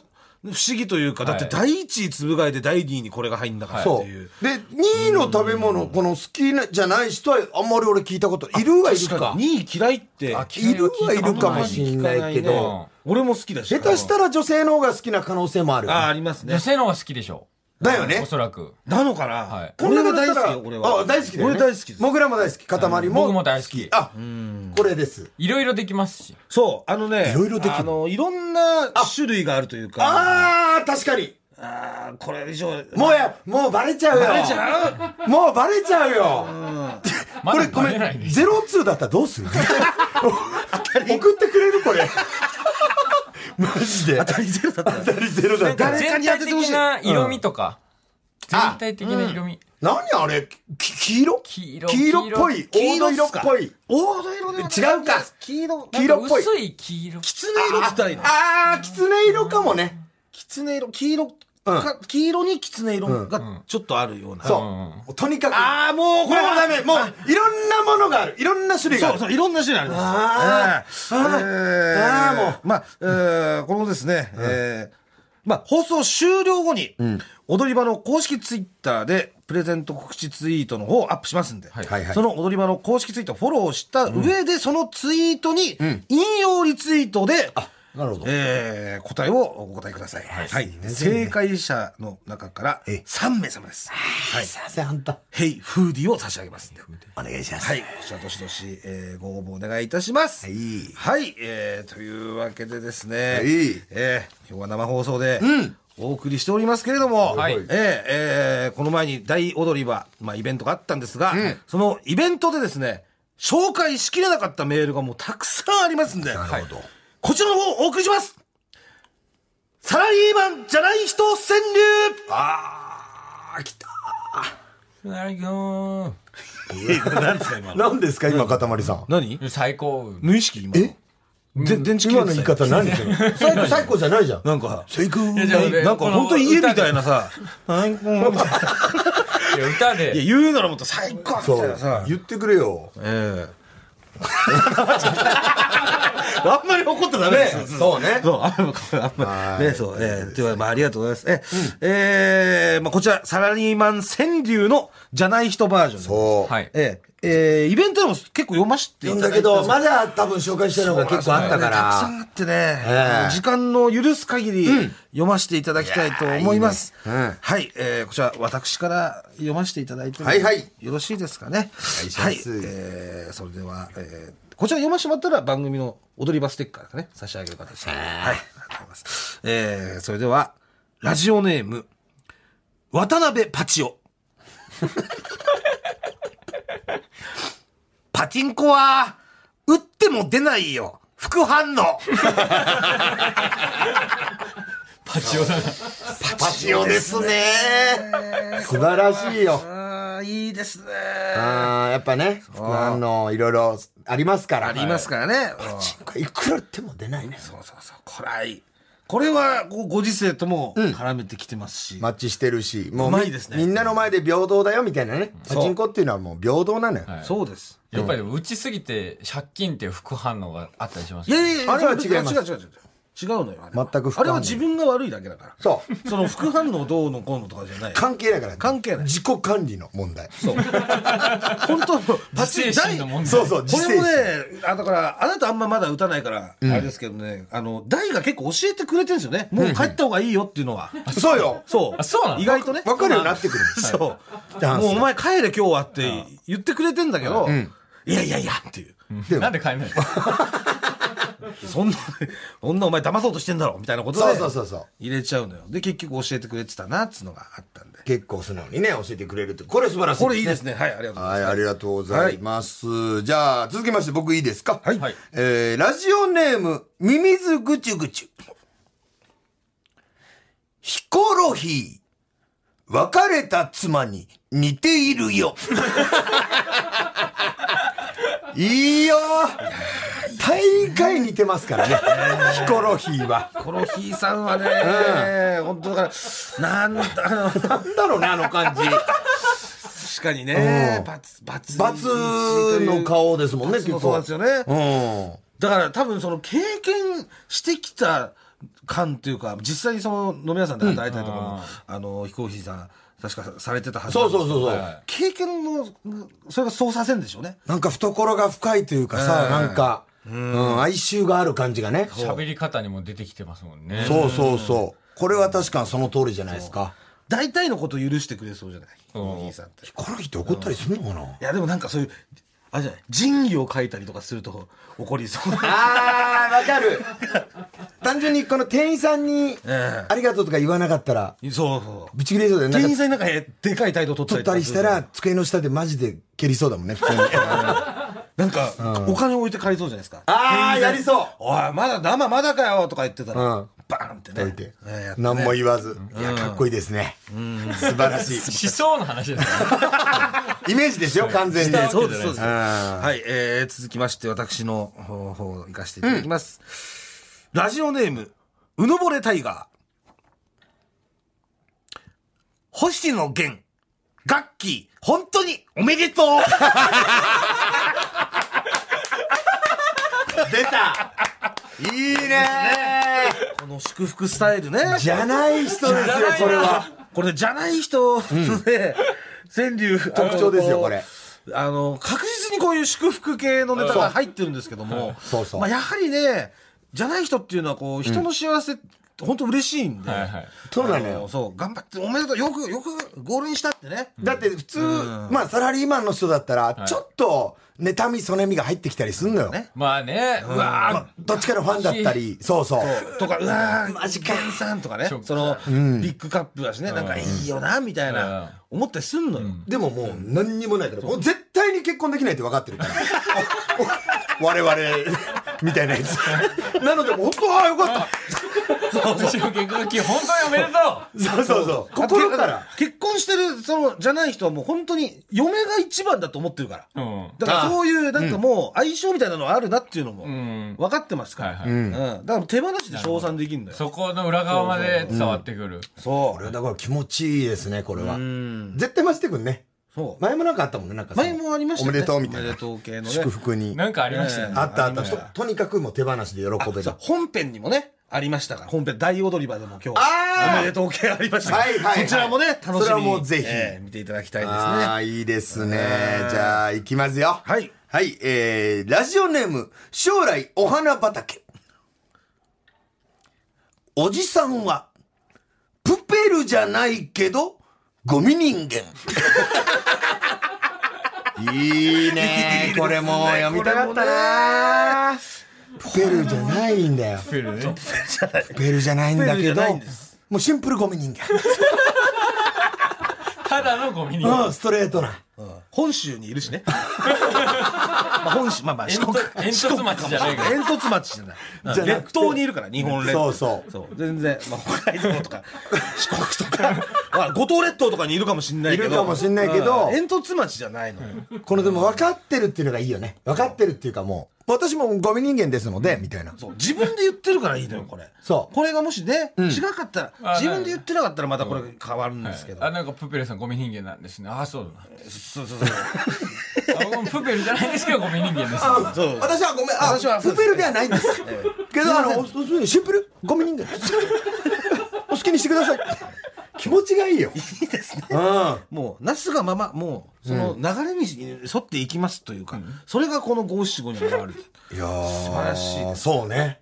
[SPEAKER 3] 思議というか、だって第1位つぶ貝で第2位にこれが入んだからっ
[SPEAKER 5] そ
[SPEAKER 3] て
[SPEAKER 5] う
[SPEAKER 3] いう。
[SPEAKER 5] で2位の食べ物この好きなじゃない人はあんまり俺聞いたこといるはいる
[SPEAKER 3] 確か
[SPEAKER 5] か
[SPEAKER 3] に2位嫌いって
[SPEAKER 1] あ
[SPEAKER 5] いるはいるかもしんないけ
[SPEAKER 3] 聞か
[SPEAKER 5] ど
[SPEAKER 3] ね俺も好きだし。
[SPEAKER 5] 下手した
[SPEAKER 3] ら。
[SPEAKER 5] ら女性の方が好きな可能性もある
[SPEAKER 3] あ、ありますね
[SPEAKER 1] 女。性の方が好きでしょ。
[SPEAKER 5] だよね
[SPEAKER 1] おそらく。
[SPEAKER 3] なのかな、
[SPEAKER 1] はい
[SPEAKER 5] こんな
[SPEAKER 3] 俺
[SPEAKER 5] こ
[SPEAKER 3] は
[SPEAKER 5] と
[SPEAKER 3] 大
[SPEAKER 5] だ
[SPEAKER 3] 好
[SPEAKER 5] った
[SPEAKER 3] き
[SPEAKER 5] ら
[SPEAKER 3] よ、俺は。
[SPEAKER 5] あ大好きだよ、ね、
[SPEAKER 3] 俺大好きです。
[SPEAKER 5] もぐらも大好き塊も
[SPEAKER 1] 僕も大好き
[SPEAKER 5] あこれです
[SPEAKER 1] いろいろできますし。
[SPEAKER 3] そう、あのね、
[SPEAKER 5] いろいろできる
[SPEAKER 3] あの、いろんな種類があるというか、
[SPEAKER 5] あー確かに
[SPEAKER 3] あーこれ以上、
[SPEAKER 5] もうやもうバレちゃうよ
[SPEAKER 3] バレちゃう
[SPEAKER 5] もうバレちゃうよ
[SPEAKER 1] ま
[SPEAKER 5] これ
[SPEAKER 1] だ
[SPEAKER 5] ご
[SPEAKER 1] バ
[SPEAKER 5] め
[SPEAKER 1] レ
[SPEAKER 5] ん
[SPEAKER 1] ないで
[SPEAKER 5] ゼロツーだったらどうする送ってくれるこれマジで当たりゼロだった当たりゼロだっ
[SPEAKER 1] な
[SPEAKER 5] た
[SPEAKER 1] んか全体的な色味とか、全体的な色味、
[SPEAKER 5] 何あれき黄色
[SPEAKER 1] 黄色
[SPEAKER 5] 黄色っぽい黄色色っぽい
[SPEAKER 3] 黄土色ではない
[SPEAKER 5] 違うか
[SPEAKER 3] 黄色。
[SPEAKER 5] 黄色っぽい
[SPEAKER 1] 薄い黄色
[SPEAKER 3] きつね色って言ったらいいの
[SPEAKER 5] あーきつね色かもね
[SPEAKER 3] きつね色、黄色か、黄色にきつね色がちょっとあるような。
[SPEAKER 5] そう、
[SPEAKER 1] ん
[SPEAKER 5] とにかく
[SPEAKER 3] ああ、もう
[SPEAKER 5] こ
[SPEAKER 3] こ
[SPEAKER 5] れ
[SPEAKER 3] れ
[SPEAKER 5] も
[SPEAKER 3] は
[SPEAKER 5] ダ
[SPEAKER 3] ダ
[SPEAKER 5] メ
[SPEAKER 3] メ。
[SPEAKER 5] も
[SPEAKER 3] も
[SPEAKER 5] ういろんなものがあるいろんな種
[SPEAKER 3] う、
[SPEAKER 5] 類があ
[SPEAKER 3] そうそ
[SPEAKER 5] る
[SPEAKER 3] う、いろんな種類あります。
[SPEAKER 5] あー
[SPEAKER 3] え
[SPEAKER 5] あー
[SPEAKER 3] ー
[SPEAKER 5] も
[SPEAKER 3] えーまあ、えーこのですね、えーまあ、放送終了後に、踊り場の公式ツイッターで、プレゼント告知ツイートの方をアップしますんで、
[SPEAKER 1] はい
[SPEAKER 5] はいはい
[SPEAKER 3] その踊り場の公式ツイートをフォローした上で、そのツイートに、引用リツイートで、
[SPEAKER 5] なるほど
[SPEAKER 3] えー答えをお答えください。はい。正解者の中から3名様です。はい。
[SPEAKER 5] すいませんあんた
[SPEAKER 3] ヘイフーディーを差し上げますんで。
[SPEAKER 5] お願いします
[SPEAKER 3] はい。こちら、どしどし、えーご応募お願いいたします。
[SPEAKER 5] はい
[SPEAKER 3] はい。えーというわけでですね。
[SPEAKER 5] い
[SPEAKER 3] えー今日は生放送で、お送りしておりますけれども、
[SPEAKER 1] はい
[SPEAKER 3] えーえーこの前に大踊り場、まあ、イベントがあったんですが、そのイベントでですね、紹介しきれなかったメールがもうたくさんありますんで、なるほど。こちらの方をお送りしますサラリーマンじゃない人川柳
[SPEAKER 5] あー来た
[SPEAKER 1] なるよ
[SPEAKER 5] 何ですか今かたまりさん
[SPEAKER 3] 何
[SPEAKER 1] ー最高
[SPEAKER 3] 無意識今の。
[SPEAKER 5] え
[SPEAKER 3] で、電池切れ
[SPEAKER 5] 今
[SPEAKER 3] て
[SPEAKER 5] の
[SPEAKER 3] た
[SPEAKER 5] 言い
[SPEAKER 3] よ
[SPEAKER 5] 方何それ最高最高じゃないじゃん
[SPEAKER 3] なんか、
[SPEAKER 5] 最高
[SPEAKER 1] いやじゃあ俺
[SPEAKER 3] なんか本当に家みたいなさ、最高みたいな。
[SPEAKER 1] いや歌
[SPEAKER 3] いや、
[SPEAKER 1] で
[SPEAKER 3] 言うならもっと最高み
[SPEAKER 5] そ
[SPEAKER 3] たいな
[SPEAKER 5] う
[SPEAKER 3] さ。
[SPEAKER 5] 言ってくれよ
[SPEAKER 3] ええあんまり怒ったらダメですよ。
[SPEAKER 5] [laughs] そうね
[SPEAKER 3] [laughs] そう、あんまり、あんまり、ね、そう、えー、というわけで、まあ、ありがとうございます。え、えー、まあ、こちら、サラリーマン川柳の、じゃない人バージョンで。
[SPEAKER 5] そう。
[SPEAKER 1] はい。
[SPEAKER 3] えー、えー、イベントでも結構読ませてい
[SPEAKER 5] 読
[SPEAKER 3] ただ
[SPEAKER 5] んだ
[SPEAKER 3] いて
[SPEAKER 5] け
[SPEAKER 3] たん
[SPEAKER 5] ど、
[SPEAKER 3] です
[SPEAKER 5] まだ多分紹介してるのが結構あった
[SPEAKER 3] た
[SPEAKER 5] か
[SPEAKER 3] くさん
[SPEAKER 5] ら。
[SPEAKER 3] あってね、
[SPEAKER 5] ええ
[SPEAKER 3] 時間の許す限り読ませていただきたいと思います。
[SPEAKER 5] いやーいいねうん
[SPEAKER 3] はい、えーこちら私から読ませていただいても
[SPEAKER 5] はいはい
[SPEAKER 3] よろしいですかね。
[SPEAKER 5] いし
[SPEAKER 3] は
[SPEAKER 5] ま
[SPEAKER 3] い、
[SPEAKER 5] す
[SPEAKER 3] えーそれでは、えーこちら読ませてもらったら番組の踊り場ステッカーですね、差し上げる形で。はい、ありがとうございます。えーそれでは、ラジオネーム、渡辺パチオ。 [laughs] パチンコは、打っても出ないよ。副反応。
[SPEAKER 1] パチオだな。
[SPEAKER 5] パチオですね。 [laughs] 素晴らしいよ。
[SPEAKER 3] あーいいですね。
[SPEAKER 5] あーやっぱね、副反応いろいろありますから。
[SPEAKER 3] ありますからね。うん
[SPEAKER 5] はい。いくら売っても出ないね。
[SPEAKER 3] そうそうそう。これはいい。これはこうご時世とも絡めてきてますし。
[SPEAKER 5] マッチしてるし、も
[SPEAKER 3] う
[SPEAKER 5] み
[SPEAKER 3] まいですね
[SPEAKER 5] みんなの前で平等だよみたいなね。パチンコっていうのはもう平等なのよ。
[SPEAKER 1] はい
[SPEAKER 3] そうです。
[SPEAKER 1] やっぱり打ちすぎて借金っていう副反応があったりします
[SPEAKER 3] いやいやいや、
[SPEAKER 5] あれは
[SPEAKER 3] そ
[SPEAKER 5] 違います
[SPEAKER 3] 違う違う違う違う。違うのよ。あれは
[SPEAKER 5] 全く副反応
[SPEAKER 3] あれは自分が悪いだけだから。
[SPEAKER 5] そう。
[SPEAKER 3] その副反応どうのこうのとかじゃない。
[SPEAKER 5] 関係ないから。
[SPEAKER 3] 関係ない
[SPEAKER 5] 自己管理の問題。そう
[SPEAKER 3] 本当は [laughs] もうパチ
[SPEAKER 1] 精神の問題。
[SPEAKER 5] そうそう、
[SPEAKER 3] こ
[SPEAKER 5] 自
[SPEAKER 3] れ
[SPEAKER 5] 制
[SPEAKER 3] もね
[SPEAKER 5] 心。、
[SPEAKER 3] あだから、あなたあんままだ打たないから、あれですけどね、あの、大が結構教えてくれてるんですよね。もう帰った方がいいよっていうのは。
[SPEAKER 5] そうよ。
[SPEAKER 3] そう。
[SPEAKER 1] あそうなの
[SPEAKER 3] 意外とね。
[SPEAKER 5] わかるようになってくる。
[SPEAKER 3] そう。
[SPEAKER 5] ダンス
[SPEAKER 3] もうお前帰れ今日はって言ってくれてんだけど、いやいやいやっていう。
[SPEAKER 1] なんで買えないの
[SPEAKER 3] そんな、そんなお前騙そうとしてんだろみたいなこと
[SPEAKER 5] そ
[SPEAKER 3] で。
[SPEAKER 5] うそうそうそう。
[SPEAKER 3] 入れちゃうのよ。で、結局教えてくれてたな、っつうのがあったんで。
[SPEAKER 5] 結構素直にね、教えてくれるって。これ素晴らしい。
[SPEAKER 3] これいいですね。はい、ありがとうござ
[SPEAKER 5] はいい、
[SPEAKER 3] ます。
[SPEAKER 5] ありがとうございます。じゃあ、続きまして僕いいですかはい
[SPEAKER 3] はい
[SPEAKER 5] えー、ラジオネーム、ミミズぐちゅぐちゅ。ヒコロヒー、別れた妻に似ている [laughs] よ。いいよ大概似てますからね。ヒコロヒーは。
[SPEAKER 3] ヒコロヒーさんはね、本当だから、なんだ、あの、確
[SPEAKER 5] なんだろうね、あの感じ。 [laughs]
[SPEAKER 3] かにね
[SPEAKER 5] うん、
[SPEAKER 3] バツ、バツ。
[SPEAKER 5] バツの顔ですもんね、
[SPEAKER 3] バツ
[SPEAKER 5] 結
[SPEAKER 3] の
[SPEAKER 5] 構。
[SPEAKER 3] そうなんですよね。
[SPEAKER 5] うん。
[SPEAKER 3] だから多分その経験してきた感っていうか、実際にその飲み屋さんで働いたりとかも、あの、飛行機さん、確かされてたはずなん
[SPEAKER 5] そう
[SPEAKER 3] です
[SPEAKER 5] そうそうそう。
[SPEAKER 3] 経験の、それがそうさせんでしょうね。
[SPEAKER 5] なんか懐が深いというかさ、なんか、うん、哀愁がある感じがね。そう
[SPEAKER 1] 喋り方にも出てきてますもんね。
[SPEAKER 5] そうそうそう。これは確かにその通りじゃないですか。
[SPEAKER 3] 大体のことを許してくれそうじゃないヒコロヒーさんって。い
[SPEAKER 5] ヒコロヒーって怒ったりするのかな
[SPEAKER 3] や、でもなんかそういう、あれじゃない仁義を書いたりとかすると怒り
[SPEAKER 5] [laughs]
[SPEAKER 3] そう。
[SPEAKER 5] あー、わかる。単純にこの店員さんに、
[SPEAKER 3] え
[SPEAKER 5] ありがとうとか言わなかったら、
[SPEAKER 3] そうそう。
[SPEAKER 5] ぶち切れそうだよね。
[SPEAKER 3] 店
[SPEAKER 5] なん
[SPEAKER 3] 員
[SPEAKER 5] か
[SPEAKER 3] さんになんかえでかい態度取ったり
[SPEAKER 5] 取っ
[SPEAKER 3] と
[SPEAKER 5] た
[SPEAKER 3] か
[SPEAKER 5] り
[SPEAKER 3] す
[SPEAKER 5] し
[SPEAKER 3] る
[SPEAKER 5] たら、机の下でマジで蹴りそうだもんね、普通に。
[SPEAKER 3] なんか、お金置いて帰りそうじゃないですか。
[SPEAKER 5] あー、やりそう
[SPEAKER 3] おい、まだ生まだかよとか言ってたら、
[SPEAKER 5] うん
[SPEAKER 3] バーンって
[SPEAKER 5] とい
[SPEAKER 3] ね。
[SPEAKER 5] て
[SPEAKER 3] ええやっ。てね
[SPEAKER 5] 何も言わず。いや、かっこいいですね。素晴らしい。
[SPEAKER 1] 思想の話ですよね。
[SPEAKER 5] イメージですよ、完全に。
[SPEAKER 3] そうです、そうです。
[SPEAKER 5] うん
[SPEAKER 3] はい、えー、続きまして、私の方方を行かせていただきます。ラジオネーム、うのぼれタイガー。星野源、楽器、本当におめでとう
[SPEAKER 5] 出たいいね
[SPEAKER 3] この祝福スタイルね。
[SPEAKER 5] じゃない人ですよ、それは。
[SPEAKER 3] これ、じゃない [laughs] 人で、川柳。
[SPEAKER 5] 特徴です
[SPEAKER 3] あ
[SPEAKER 5] よ
[SPEAKER 3] の
[SPEAKER 5] これ。
[SPEAKER 3] あの、確実にこういう祝福系のネタが入ってるんですけども、
[SPEAKER 5] そうそう
[SPEAKER 3] まあ、やはりね、じゃない人っていうのは、こう、人の幸せ、本当嬉しいんで。
[SPEAKER 1] はいはい。
[SPEAKER 5] そうなの
[SPEAKER 3] あの
[SPEAKER 5] よ。
[SPEAKER 3] そう、頑張って、おめでとう、よく、よく、ゴールにしたってね。
[SPEAKER 5] だって普通、まあサラリーマンの人だったら、ちょっと、妬み、そねみが入ってきたりすんのよ。
[SPEAKER 3] ね
[SPEAKER 1] まあね、うわー
[SPEAKER 5] まあどっちかのファンだったり、そうそう。
[SPEAKER 3] とか、うわー、マジか。さんとかね
[SPEAKER 1] ショッ、ク
[SPEAKER 3] その、ビッグカップだしね、なんかいいよな、みたいな、思ったりすんのよ。
[SPEAKER 5] でももう何にもないから、もう絶対に結婚できないって分かって [laughs] るから。おお我々、みたいなやつ。 [laughs] なので、本当、ああ、よかっ
[SPEAKER 1] 星野源君本当におめでと
[SPEAKER 5] た。そうそうそう。心から。
[SPEAKER 3] 結婚してる、その、じゃない人はもう本当に、嫁が一番だと思ってるから。
[SPEAKER 1] ううん。
[SPEAKER 3] だからそういう、なんかもう、相性みたいなのはあるなっていうのも、
[SPEAKER 1] ん
[SPEAKER 3] 分かってますか
[SPEAKER 1] はい
[SPEAKER 3] ら。
[SPEAKER 1] はい。
[SPEAKER 3] うん。だから手放しで称賛できるんだよ。
[SPEAKER 1] そこの裏側まで伝わってくる。
[SPEAKER 3] そ
[SPEAKER 5] こ
[SPEAKER 3] う。
[SPEAKER 5] れはだから気持ちいいですね、これは。絶対増してくんね。
[SPEAKER 3] そ
[SPEAKER 5] 前もなんかあったもんねなんかさ
[SPEAKER 3] 前もありました
[SPEAKER 5] おめでとうみ
[SPEAKER 3] お
[SPEAKER 5] た
[SPEAKER 3] め
[SPEAKER 5] い
[SPEAKER 3] で
[SPEAKER 5] な
[SPEAKER 3] とう系のね
[SPEAKER 5] 祝福に
[SPEAKER 1] なんかありましたよね。
[SPEAKER 5] あったあったととにかくもう手放しで喜べる
[SPEAKER 3] そう本編にもねありましたから本編大踊り場でも今日
[SPEAKER 5] あー
[SPEAKER 3] おめでとう系ありましたから、
[SPEAKER 5] はいはいはい
[SPEAKER 3] そちらもね楽しみに
[SPEAKER 5] それはもうぜひ
[SPEAKER 3] えー見ていただきたいですね
[SPEAKER 5] ああーいいですねじゃあ行きますよ
[SPEAKER 3] はい
[SPEAKER 5] はいえー、ラジオネーム将来お花畑おじさんはプペルじゃないけどゴミ人 [laughs] 間いいねこれも読みたかったなプペルじゃないんだよ
[SPEAKER 1] プールね。
[SPEAKER 5] プペルじゃないんだけ
[SPEAKER 3] プペルじ
[SPEAKER 5] ど
[SPEAKER 3] ゃないんです
[SPEAKER 5] もうシンプルゴミ人間
[SPEAKER 1] ただのゴミに。
[SPEAKER 5] うんストレートな
[SPEAKER 3] 本州にいるしね
[SPEAKER 5] [laughs]
[SPEAKER 3] まあ本州まあまあ四国
[SPEAKER 1] 煙突町じゃないから
[SPEAKER 3] 煙突町じゃない
[SPEAKER 5] じゃなくて
[SPEAKER 3] 列島にいるから日本列島
[SPEAKER 5] そうそう
[SPEAKER 3] 全然、まあ、北海道とか [laughs] 四国とか、 [laughs] まあ、五島列島とかにいるかもしんないけど
[SPEAKER 5] いるかもしんないけど
[SPEAKER 3] うん煙突町じゃないのよ、
[SPEAKER 5] このでも分かってるっていうのがいいよね。分かってるっていうかもう、私もゴミ人間ですので、みたいな。
[SPEAKER 3] そう自分で言ってるからいいのよこれ
[SPEAKER 5] そう
[SPEAKER 3] これがもしね、違かったら
[SPEAKER 1] あ
[SPEAKER 3] 自分で言ってなかったらまたこれ変わるんですけど、
[SPEAKER 1] あ、なんかプペルさんゴミ人間なんですね。あ、そう
[SPEAKER 3] そうそうそう [laughs]
[SPEAKER 1] だな。あ僕もプペルじゃないですけどゴミ人間です。
[SPEAKER 3] そう
[SPEAKER 5] 私はごめん、あ、
[SPEAKER 3] 私はそう
[SPEAKER 5] プ
[SPEAKER 3] です
[SPEAKER 5] ペルではない
[SPEAKER 3] [laughs]
[SPEAKER 5] んです。けど、あの、おおシンプル、ゴミ人間です。お好きにしてください。気持ちがいいよ。
[SPEAKER 3] いいですね
[SPEAKER 5] うん。
[SPEAKER 3] もうなすがままもうその流れに沿っていきますというか、それがこの五七五に現れて
[SPEAKER 5] いや素
[SPEAKER 3] 晴らしいで
[SPEAKER 5] そうね、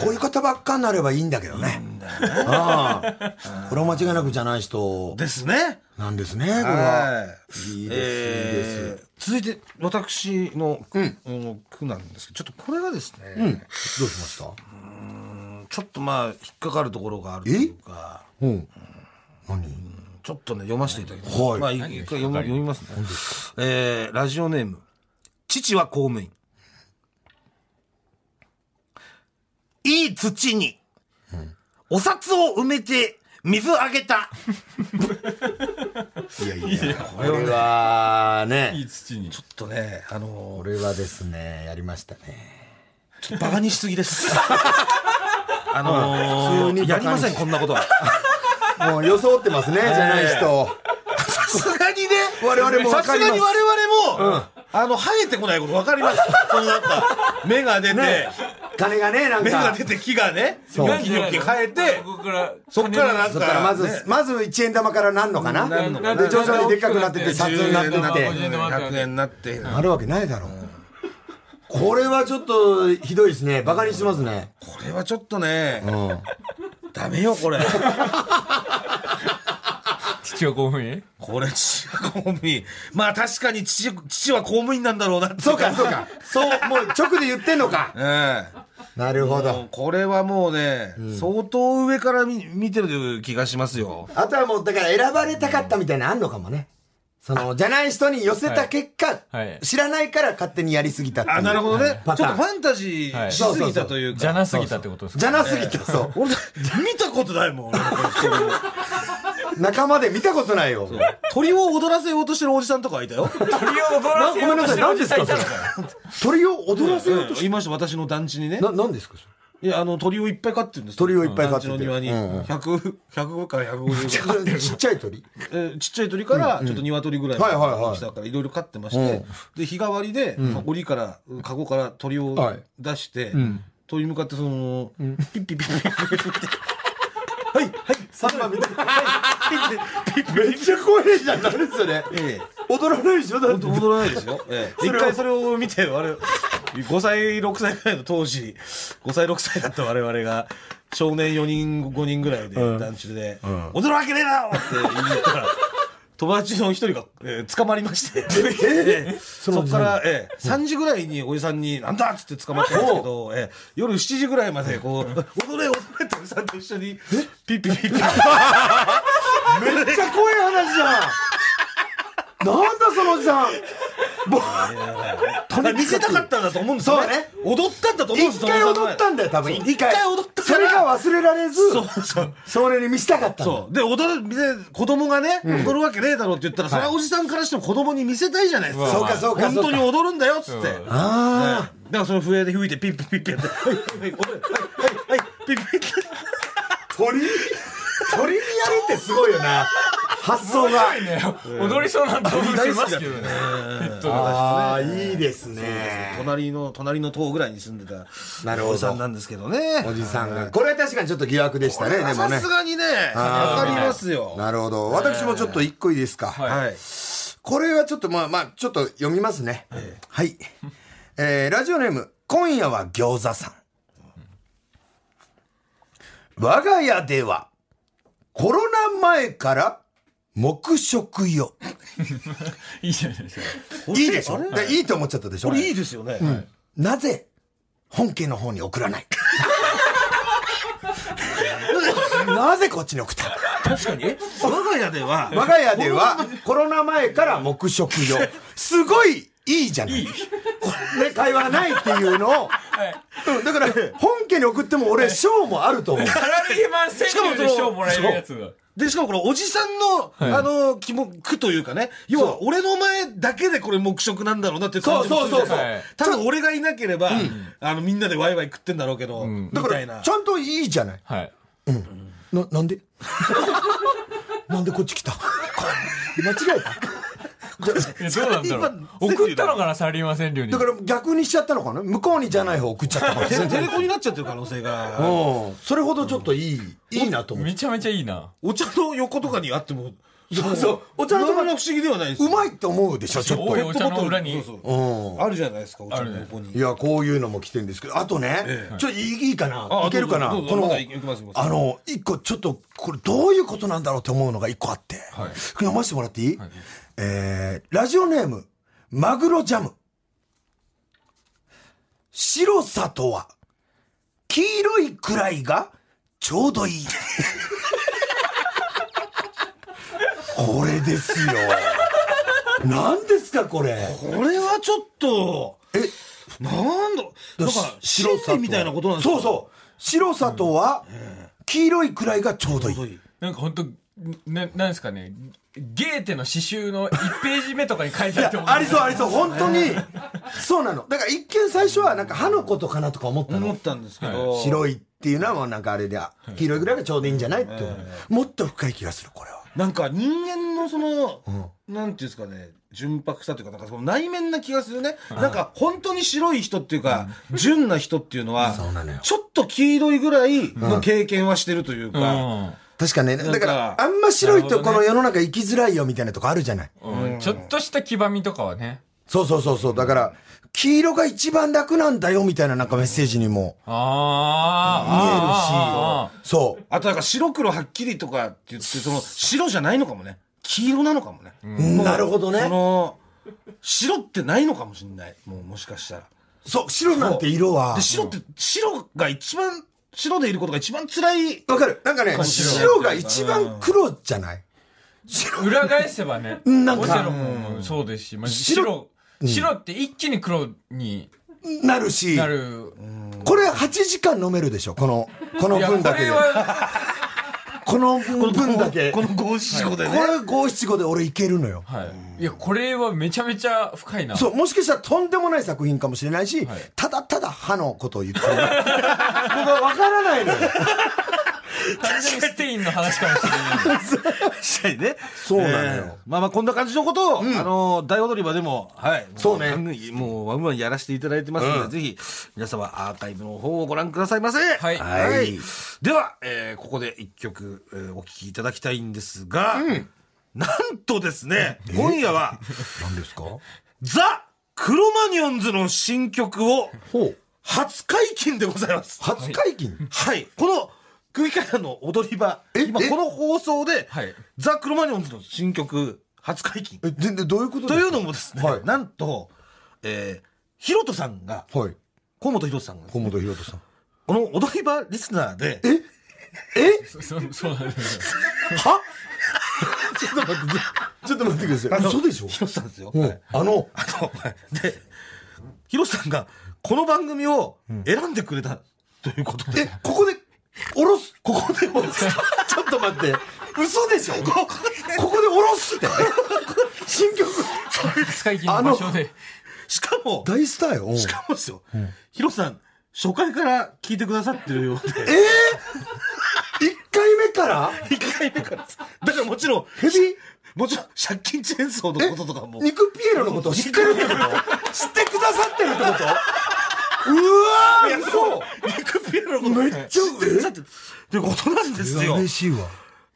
[SPEAKER 5] こういう方ばっかになればいいんだけどね。ああこれは間違いなくじゃない人
[SPEAKER 3] ですね
[SPEAKER 5] なんですね、これは。
[SPEAKER 3] はい
[SPEAKER 5] いです、いい
[SPEAKER 3] え
[SPEAKER 5] で
[SPEAKER 3] ー続いて私の、うん句なんですけどちょっとこれがですね、
[SPEAKER 5] す。どうしまし
[SPEAKER 3] ち
[SPEAKER 5] た
[SPEAKER 3] ょっとまあ引っかかるところがあるというか
[SPEAKER 5] うん。何
[SPEAKER 3] ちょっとね読ませていただきます、
[SPEAKER 5] はい
[SPEAKER 3] まあ一回読む読みますねえーラジオネーム父は公務員いい土に、お札を埋めて水あげた
[SPEAKER 5] いやいや、これはね。
[SPEAKER 1] いい土に。
[SPEAKER 3] ちょっとねあのー
[SPEAKER 5] これはですね、やりましたね。
[SPEAKER 3] ちょっとバカにしすぎです
[SPEAKER 5] [laughs]
[SPEAKER 3] あ
[SPEAKER 5] う
[SPEAKER 3] の
[SPEAKER 5] ん普通
[SPEAKER 3] ー
[SPEAKER 5] に
[SPEAKER 3] や
[SPEAKER 5] バ
[SPEAKER 3] り
[SPEAKER 5] カ
[SPEAKER 3] ま
[SPEAKER 5] にし
[SPEAKER 3] せんこんなことは
[SPEAKER 5] もう装って [laughs] ますね、じゃない人。
[SPEAKER 3] さすがにね、
[SPEAKER 5] 我々も
[SPEAKER 3] さ
[SPEAKER 5] 分
[SPEAKER 3] す
[SPEAKER 5] か
[SPEAKER 3] が
[SPEAKER 5] り
[SPEAKER 3] に
[SPEAKER 5] ます
[SPEAKER 3] 我々も、あの、生えてこないこと分かります。そのなんか、芽が出て、
[SPEAKER 5] 金がね、なん
[SPEAKER 3] 芽が
[SPEAKER 5] か
[SPEAKER 3] 出。て木がね、ニ
[SPEAKER 5] う
[SPEAKER 3] ョキニョキ生えて、
[SPEAKER 1] ここから、
[SPEAKER 3] そっからなん
[SPEAKER 5] そっから
[SPEAKER 3] か、
[SPEAKER 5] まず、
[SPEAKER 3] ね
[SPEAKER 5] まず1円玉からなんのかな
[SPEAKER 3] なんのかな
[SPEAKER 5] で、徐々にでっかくなってって、札になって
[SPEAKER 1] ま
[SPEAKER 5] っ
[SPEAKER 1] ず
[SPEAKER 5] て。
[SPEAKER 3] 100円になって、
[SPEAKER 5] あるわけないだろう。これはちょっとひどいですね。バカにしてますね。
[SPEAKER 3] これはちょっとね、
[SPEAKER 5] うん。
[SPEAKER 3] ダメよ、これ。
[SPEAKER 1] 父は興奮へ
[SPEAKER 3] これ、父は公務員。まあ確かに父、父は公務員なんだろうなって。
[SPEAKER 5] そうか、そうか。そう、もう直で言ってんのか。
[SPEAKER 3] ええ
[SPEAKER 5] なるほ
[SPEAKER 3] も
[SPEAKER 5] ど
[SPEAKER 3] う。これはもうね、相当上から見見てる気がしますよ。
[SPEAKER 5] あとはもう、だから選ばれたかったみたいなのあんのかもね。その、じゃない人に寄せた結果、
[SPEAKER 1] はいはい
[SPEAKER 5] 知らないから勝手にやりすぎたっていう
[SPEAKER 3] あ、なるほどね。ちょ
[SPEAKER 5] パ
[SPEAKER 3] っ
[SPEAKER 5] タ
[SPEAKER 3] と
[SPEAKER 5] ーン
[SPEAKER 3] ファンタジーしすぎたというか。
[SPEAKER 1] じゃなすぎたってことです
[SPEAKER 5] じ
[SPEAKER 1] か
[SPEAKER 5] ゃなすぎた、そ
[SPEAKER 3] 俺、見たことないもん、俺のこの人
[SPEAKER 5] う。仲間で見たことないよ。
[SPEAKER 3] 鳥を踊らせようとしてるおじさんとかいたよ。
[SPEAKER 1] 鳥を踊らせ
[SPEAKER 5] ごめんなさい、何ですか、それ。鳥を踊らせようとし
[SPEAKER 3] 言いました、私の団地にね
[SPEAKER 5] て。。な、何ですか、それ。
[SPEAKER 3] いや、あの、鳥をいっぱい飼ってるんです
[SPEAKER 5] 鳥をいっぱい飼
[SPEAKER 3] 団
[SPEAKER 5] っ
[SPEAKER 3] 地
[SPEAKER 5] て
[SPEAKER 3] の
[SPEAKER 5] て。
[SPEAKER 3] 庭に、
[SPEAKER 5] うんうん
[SPEAKER 3] 100、105から150ぐらい。
[SPEAKER 5] [laughs] ちっちゃい鳥 [laughs]
[SPEAKER 3] えーちっちゃい鳥から、ちょっと鶏ぐらい
[SPEAKER 5] はいはいはい
[SPEAKER 3] の大きさからいろいろ飼ってまして、で、日替わりで、まあ檻から、カゴから鳥を
[SPEAKER 5] はい
[SPEAKER 3] 出して、鳥に向かってその、ピッピッピッピッピッピッって、はい、はい、
[SPEAKER 5] サンバみたいな。めっちゃ怖いじゃん、何それ。
[SPEAKER 3] ええ
[SPEAKER 5] 踊らないでしょ、だって。
[SPEAKER 3] 踊らないですよ。ええ、一回それを見て、我々、5歳、6歳ぐらいの当時、5歳、6歳だった我々が、少年4人、5人ぐらいで、団地で、踊るわけねえだろって言ったら、友達の一人が、えー捕まりまして、ええそっから、ええ3時ぐらいにおじさんに、なんだっつって捕まったんですけど、ええ夜7時ぐらいまで、こう、踊れ、踊れっておじさんと一緒に、ピッピッピッピッ
[SPEAKER 5] めっちゃ怖い話じゃん。なんだ、そのおじさん。
[SPEAKER 3] ただ見せたかったんだと思うんですよ、ね。踊ったんだと思うんです
[SPEAKER 5] 一
[SPEAKER 3] よ
[SPEAKER 5] 回
[SPEAKER 3] そのおじさん
[SPEAKER 5] 踊
[SPEAKER 3] は
[SPEAKER 5] ったんだよ、多分。
[SPEAKER 3] そう一回踊ったか
[SPEAKER 5] そ
[SPEAKER 3] ら
[SPEAKER 5] れが忘れられず、
[SPEAKER 3] そうそう。
[SPEAKER 5] それに見せたかったんだ
[SPEAKER 3] そう。で、踊る、で、子供がね、踊るわけねえだろって言ったら、それはおじさんからしても子供に見せたいじゃないですか。
[SPEAKER 5] そうか、そうか。
[SPEAKER 3] 本当に
[SPEAKER 5] そうか
[SPEAKER 3] 踊るんだよ、っつって。ねだ
[SPEAKER 5] あ
[SPEAKER 3] からその笛で吹いてピッピッピッピッやって、はい、はい、はい、踊れはい、はい、ピッピッピッって。
[SPEAKER 5] あ、鳥鳥にやるってすごいよな。発想が。
[SPEAKER 1] いね踊りそうな動物いますけどねペットが
[SPEAKER 5] ああ、いいですね。
[SPEAKER 3] 隣の隣の塔ぐらいに住んでた
[SPEAKER 5] なる
[SPEAKER 3] お
[SPEAKER 5] ほ
[SPEAKER 3] じさんな
[SPEAKER 5] ど。
[SPEAKER 3] んですけどね
[SPEAKER 5] おじさんが。これは確かにちょっと疑惑でしたね、でも
[SPEAKER 3] さ
[SPEAKER 5] ね
[SPEAKER 3] す。がにねわかりますよ
[SPEAKER 5] なるほど。私もちょっと一個いいですか。
[SPEAKER 3] はい
[SPEAKER 5] これはちょっとまあまあ、ちょっと読みますね。はい。えーラジオネーム、今夜は餃子さん。我が家では、コロナ前から、黙食よ。
[SPEAKER 1] いいじゃないですか
[SPEAKER 5] いいでしょでいいと思っちゃったでしょ
[SPEAKER 3] これいいですよね
[SPEAKER 5] なぜ、本家の方に送
[SPEAKER 3] [laughs]
[SPEAKER 5] らない [laughs] なぜこっちに送った
[SPEAKER 3] 確かにえ我が家では
[SPEAKER 5] 我が家ではコロナ前から黙食よ。すごいいいじゃない。ね、会話がないっていうのを。うん、だから、本家に送っても俺、賞もあると
[SPEAKER 3] [laughs]
[SPEAKER 5] 思う。
[SPEAKER 1] サラリーマン川柳で賞もらえるやつが
[SPEAKER 3] で、しかもこのおじさんの、あの、気も、苦というかね、要は俺の前だけでこれ黙食なんだろうなっていう感じもする
[SPEAKER 5] そうそう
[SPEAKER 1] そう
[SPEAKER 3] じゃない多分俺がいなければ、あの、みんなでワイワイ食ってんだろうけど、み
[SPEAKER 5] だか
[SPEAKER 3] たい
[SPEAKER 5] ら、
[SPEAKER 3] な
[SPEAKER 5] ち。ゃんといいじゃない。
[SPEAKER 1] はい
[SPEAKER 5] な、なんで [laughs] なんでこっち来た間違えた
[SPEAKER 1] いやどうなんだろう
[SPEAKER 3] サラリーマン川柳だ
[SPEAKER 1] 送ったのかなサラリーマン川柳に
[SPEAKER 5] だから逆にしちゃったのかな向こうにじゃない方送っちゃったかもしれ
[SPEAKER 3] テ
[SPEAKER 5] ない
[SPEAKER 3] レ [laughs] テレコになっちゃってる可能性が。
[SPEAKER 5] うんそれほどちょっといい、いいなと思って。
[SPEAKER 1] めちゃめちゃいいな
[SPEAKER 3] お茶の横とかにあっても、
[SPEAKER 5] そうそう。お茶
[SPEAKER 3] な
[SPEAKER 5] の
[SPEAKER 3] か
[SPEAKER 5] とこ
[SPEAKER 3] なか不思議ではないです
[SPEAKER 5] うま
[SPEAKER 3] い
[SPEAKER 5] いって思うでしょ、ちょっ
[SPEAKER 1] おい
[SPEAKER 5] と。
[SPEAKER 1] お茶の裏に
[SPEAKER 3] そうそう
[SPEAKER 5] うん。
[SPEAKER 3] あるじゃないですか、お茶の横に。
[SPEAKER 5] いや、こういうのも来てるんですけど、あとね、ちょっといいいいかな
[SPEAKER 3] あ
[SPEAKER 5] いけるかな
[SPEAKER 3] どう
[SPEAKER 5] こ
[SPEAKER 3] ぞどうぞ
[SPEAKER 5] の
[SPEAKER 3] まだいけますいけ、ます
[SPEAKER 5] あの、一個ちょっと、これどういうことなんだろうって思うのが一個あって、
[SPEAKER 1] はい
[SPEAKER 5] 読ませてもらっていい、えー、ラジオネーム、マグロジャム。白さとは、黄色いくらいがちょうどい
[SPEAKER 3] [laughs]
[SPEAKER 5] い。これですよ。何ですか、これ。
[SPEAKER 3] これはちょっと、え、なんだ、なんか、白さみたいなことなんですか
[SPEAKER 5] そうそう白さとは黄色いくらいがちょうどいい、
[SPEAKER 1] なんか本当ななんですかねゲーテの刺繍の1ページ目とかに書いてあ
[SPEAKER 5] いや
[SPEAKER 1] ると思う
[SPEAKER 5] ありそうありそう本当にそうなのだから一見最初はなんか歯のことかなとか思った
[SPEAKER 3] 思
[SPEAKER 5] の
[SPEAKER 3] ったんですけど。
[SPEAKER 5] 白いっていうのはもうなんかあれであ黄色いくらいがちょうどいいんじゃないって思うもっと深い気がするこれは
[SPEAKER 3] なんか人間のその、なんていうんですかね、純白さというか、なんかその内面な気がするね。なんか本当に白い人っていうか、純な人っていうのは
[SPEAKER 5] そうなのよ、
[SPEAKER 3] ちょっと黄色いぐらいの経験はしてるというか、
[SPEAKER 5] 確かね
[SPEAKER 3] んか
[SPEAKER 5] だからあんま白いとこの世の中生きづらいよみたいなとこあるじゃない
[SPEAKER 1] うんうんちょっとした黄ばみとかはね
[SPEAKER 5] そうそうそうそうだから黄色が一番楽なんだよみたいななんかメッセージにも
[SPEAKER 1] あーあ
[SPEAKER 5] そう
[SPEAKER 3] あとなんか白黒はっきりとかって言って、その白じゃないのかもね。黄色なのかもね。
[SPEAKER 5] うんなるほどね
[SPEAKER 3] その、白ってないのかもしれない。もうもしかしたら。
[SPEAKER 5] そう白なんて色は
[SPEAKER 3] で、白って、白が一番、白でいることが一番辛い。
[SPEAKER 5] わかる。なんかね、
[SPEAKER 3] 白
[SPEAKER 5] 白が一番黒じゃない
[SPEAKER 1] ーあー裏返せばね
[SPEAKER 5] なんか
[SPEAKER 1] オセロもそうですし、まあ、白
[SPEAKER 5] 白
[SPEAKER 1] 白って一気に黒に
[SPEAKER 5] なるし
[SPEAKER 1] な、る、
[SPEAKER 5] これ8時間飲めるでしょこの、この
[SPEAKER 1] いや
[SPEAKER 5] 分
[SPEAKER 1] こ
[SPEAKER 5] だけ
[SPEAKER 1] れ
[SPEAKER 5] で。
[SPEAKER 1] は
[SPEAKER 5] この分だけ。こ
[SPEAKER 3] この五七五でね。
[SPEAKER 5] れ五七五で俺いけるのよ。
[SPEAKER 1] はいいやこれはめちゃめちゃ深いな
[SPEAKER 5] そう、もしかしたらとんでもない作品かもしれないし、ただただ歯のことを言ってる。僕はわからないのよ。
[SPEAKER 1] 完全にステインの話かもしれない
[SPEAKER 3] 確かにね。
[SPEAKER 5] そうなのよ
[SPEAKER 3] えーまあまあ、こんな感じのことを、あの、大踊り場でも、はい。
[SPEAKER 5] そうね
[SPEAKER 3] も番組もう、ワンワンやらせていただいてますので、ぜひ、皆様、アーカイブの方をご覧くださいませ。はい
[SPEAKER 5] はい
[SPEAKER 3] では、えーここで一曲、えーお聴きいただきたいんですが、なんとですね、今夜
[SPEAKER 5] [laughs]
[SPEAKER 3] は、
[SPEAKER 5] 何ですか
[SPEAKER 3] ザ・クロマニオンズの新曲を、
[SPEAKER 5] ほう。
[SPEAKER 3] 初解禁でございます。
[SPEAKER 5] 初解禁
[SPEAKER 3] はい。この、空気階段の踊り場、
[SPEAKER 5] え
[SPEAKER 3] 今
[SPEAKER 5] え
[SPEAKER 3] この放送で、
[SPEAKER 1] はい
[SPEAKER 3] ザ・クロマニオンズの新曲、初解禁。
[SPEAKER 5] え、全然どういうこと
[SPEAKER 3] という
[SPEAKER 5] の
[SPEAKER 3] のもですね、
[SPEAKER 5] はい
[SPEAKER 3] なんと、えー、ヒロトさんが、
[SPEAKER 5] はい。
[SPEAKER 3] 河本ヒロトさんが、
[SPEAKER 5] 小本博人さん。
[SPEAKER 3] この踊り場リスナーで、
[SPEAKER 1] そそうそうなんですよ
[SPEAKER 5] はちょっと待って、ちょっと待ってください。嘘でしょ
[SPEAKER 3] ヒロトさんですよ。
[SPEAKER 5] う
[SPEAKER 3] は
[SPEAKER 5] ん
[SPEAKER 3] い
[SPEAKER 5] あの、
[SPEAKER 3] あの、で、ヒロトさんが、この番組を選んでくれた [laughs] ということで、
[SPEAKER 5] え、ここで、おろす、ここでおろす。ちょっと待って。嘘でしょここで、ここでおろすって。新曲。
[SPEAKER 1] 初解禁の場所で
[SPEAKER 3] しかも、
[SPEAKER 5] 大スターよ。
[SPEAKER 3] しかもですよ、ヒロトさん、初回から聞いてくださってるようで、
[SPEAKER 5] 一回目かから
[SPEAKER 3] 1回目からですだからもちろん
[SPEAKER 5] ヘビ
[SPEAKER 3] もちろん借金チェーンソーのこととかも
[SPEAKER 5] 肉ピエロのことを知ってるってこと
[SPEAKER 3] [laughs]
[SPEAKER 5] 知ってくださってるってことうわー嘘
[SPEAKER 3] 肉ピエロのことめっちゃ知ってるってってことなんですよ
[SPEAKER 5] 嬉しいわ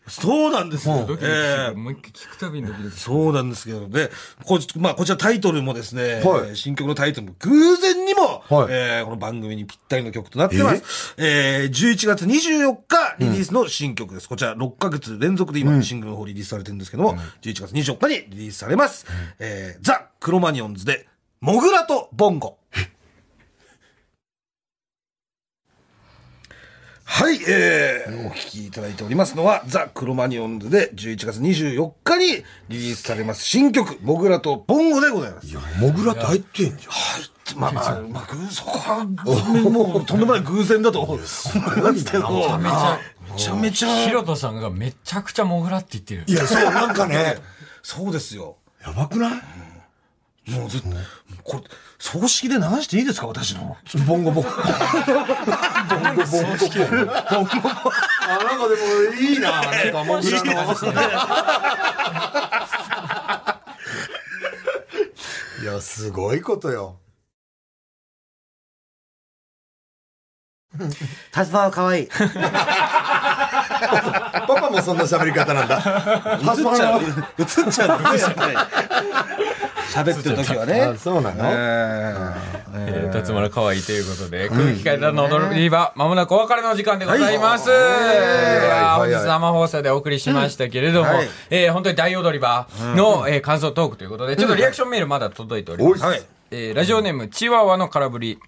[SPEAKER 3] そうなんですよ
[SPEAKER 1] ドキドキする。もう一回聞くたびにドキドキする。
[SPEAKER 3] そうなんですけどね、こ,、まあ、こちらタイトルもですね、
[SPEAKER 5] はい
[SPEAKER 3] えー新曲のタイトルも偶然にも、
[SPEAKER 5] はい
[SPEAKER 3] えーこの番組にぴったりの曲となってます。えー11月24日リリースの新曲です。こちら6ヶ月連続で今、シングルの方リリースされてるんですけども、11月24日にリリースされます。えーザ・クロマニオンズで、モグラとボン [laughs] ゴ。はい、えー、お聞きいただいておりますのは、ザ・クロマニオンズで11月24日にリリースされます新曲、モグラとボンゴでございます。
[SPEAKER 5] モグラって入ってんじ
[SPEAKER 3] まあ、まあ、まあ、偶そこは、もう、とんでもない偶然だと思うんですけど、めちゃめち
[SPEAKER 1] ヒ
[SPEAKER 3] ゃ、
[SPEAKER 1] ロトさんがめちゃくちゃモグラって言ってる
[SPEAKER 5] ゃん。いやそうなんかね
[SPEAKER 3] そうですよ。
[SPEAKER 5] やばくない
[SPEAKER 3] もうずっと、もうこれ、葬式で流していいですか、私の。
[SPEAKER 5] ボンゴボンゴボンゴボンゴあなんかでもいいななんかモグラのいやすごいことよ
[SPEAKER 8] タスマは可愛い。
[SPEAKER 5] パパもそんな喋り方なんだ映っちゃう
[SPEAKER 3] 映っちゃうの、映っちゃうの喋ってる時はね。
[SPEAKER 5] そうな
[SPEAKER 3] え
[SPEAKER 5] の
[SPEAKER 3] ー
[SPEAKER 1] えー、辰丸可愛いということで、空気階段の踊り場、まもなくお別れの時間でございます。いやー
[SPEAKER 5] は
[SPEAKER 1] 本
[SPEAKER 5] いはい
[SPEAKER 1] 日生放送でお送りしましたけれども、
[SPEAKER 3] はい
[SPEAKER 1] えー本当に大踊り場の、えー感想トークということで、ちょっとリアクションメールまだ届いております。
[SPEAKER 3] はい
[SPEAKER 1] えーラジオネーム、チワワの空振り。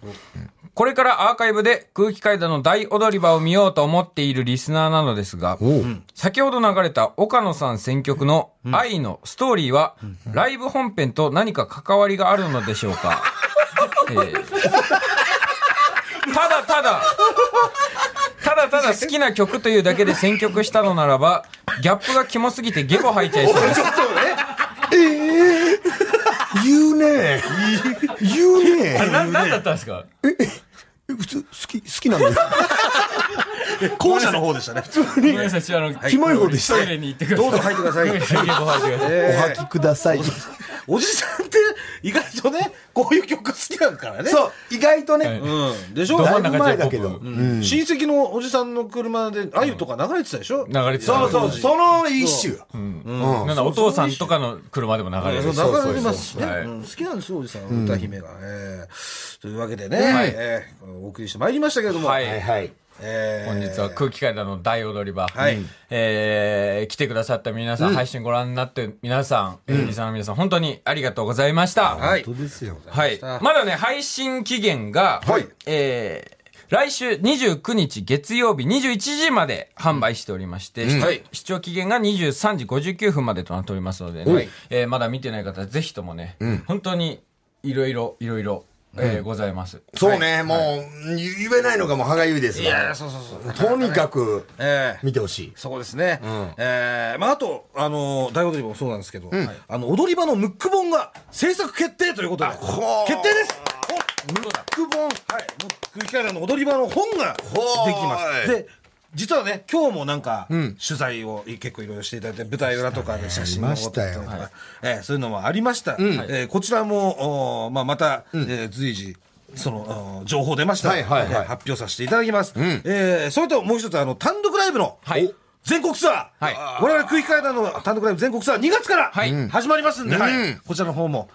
[SPEAKER 1] これからアーカイブで空気階段の大踊り場を見ようと思っているリスナーなのですが、先ほど流れた岡野さん選曲の愛のストーリーは、ライブ本編と何か関わりがあるのでしょう
[SPEAKER 5] [laughs]
[SPEAKER 1] か、えーただただ、ただただ好きな曲というだけで選曲したのならば、ギャップがキモすぎてゲボ吐いちゃいそうです。
[SPEAKER 5] 言うね言うね
[SPEAKER 1] な、なんだったんですか
[SPEAKER 5] 普通好き好きなんだよ
[SPEAKER 3] 後者の方でしたね。
[SPEAKER 1] ごめんなさい、ちょっとあの、
[SPEAKER 5] キモい方でした
[SPEAKER 1] トイレに行ってください。
[SPEAKER 3] どうぞ入ってください
[SPEAKER 1] ゲボ吐い
[SPEAKER 3] [laughs]
[SPEAKER 1] てください。
[SPEAKER 5] お吐きください
[SPEAKER 3] おじさんって意外とね、こういう曲好きだからね。
[SPEAKER 5] そう意外とね
[SPEAKER 3] うん。でしょ
[SPEAKER 1] ど
[SPEAKER 5] だ
[SPEAKER 1] 真
[SPEAKER 5] い
[SPEAKER 1] ん
[SPEAKER 5] ぶ
[SPEAKER 1] 中
[SPEAKER 5] 前
[SPEAKER 1] J-POP
[SPEAKER 5] だけど
[SPEAKER 3] 親戚のおじさんの車で、あゆとか流れてたでしょ
[SPEAKER 1] 流れてた
[SPEAKER 5] そうそうその一種よ
[SPEAKER 1] なんだお父さんとかの車でも流れるし。
[SPEAKER 3] そう流れてますしね。
[SPEAKER 1] はい
[SPEAKER 3] うん好きなんですよ、おじさん、歌姫が。えーというわけでね、えーお送りしてまいりましたけれども、
[SPEAKER 1] はい
[SPEAKER 5] はい
[SPEAKER 3] えー
[SPEAKER 1] 本日は空気階段の大踊り場、
[SPEAKER 3] はい
[SPEAKER 1] えー来てくださった皆さん、配信ご覧になってる皆さん、リスナーの皆さん、本当にありがとうございました。は
[SPEAKER 3] はい。
[SPEAKER 5] 本当ですよ
[SPEAKER 1] い。まだね、配信期限が、
[SPEAKER 3] はい
[SPEAKER 1] えー来週29日月曜日21時まで販売しておりまして、視聴
[SPEAKER 3] はい
[SPEAKER 1] 視聴期限が23時59分までとなっておりますのでね、えーまだ見てない方、ぜひともね、本当にいろいろ、いろいろ、えーございます。
[SPEAKER 5] そうねもう言えないのがもう歯がゆいです
[SPEAKER 3] い
[SPEAKER 5] わ
[SPEAKER 3] やーそうそうそう。
[SPEAKER 5] とにかく
[SPEAKER 3] えー
[SPEAKER 5] 見てほしい
[SPEAKER 3] そうですね。えーまあ、あと、あのー、大踊り場もそうなんですけど、あの、踊り場のムック本が制作決定ということで、決定ですムック本、はい、ムック機械の踊り場の本ができます。で、実はね、今日もなんか、取材を結構いろいろしていただいて、舞台裏とかで写真を撮っていだいたりとか、えーそういうのもありました。えーこちらも、おーまあ、また、えー随時、その、おー情報出ましたら、
[SPEAKER 5] はいはいはい
[SPEAKER 3] えー発表させていただきます。えーそれともう一つ、あの、単独ライブの、
[SPEAKER 1] はい
[SPEAKER 3] お全国ツアー、
[SPEAKER 1] はい
[SPEAKER 3] 我々空気階段の単独ライブ全国ツアー2月から
[SPEAKER 1] はい
[SPEAKER 3] 始まりますんで、はいこちらの方も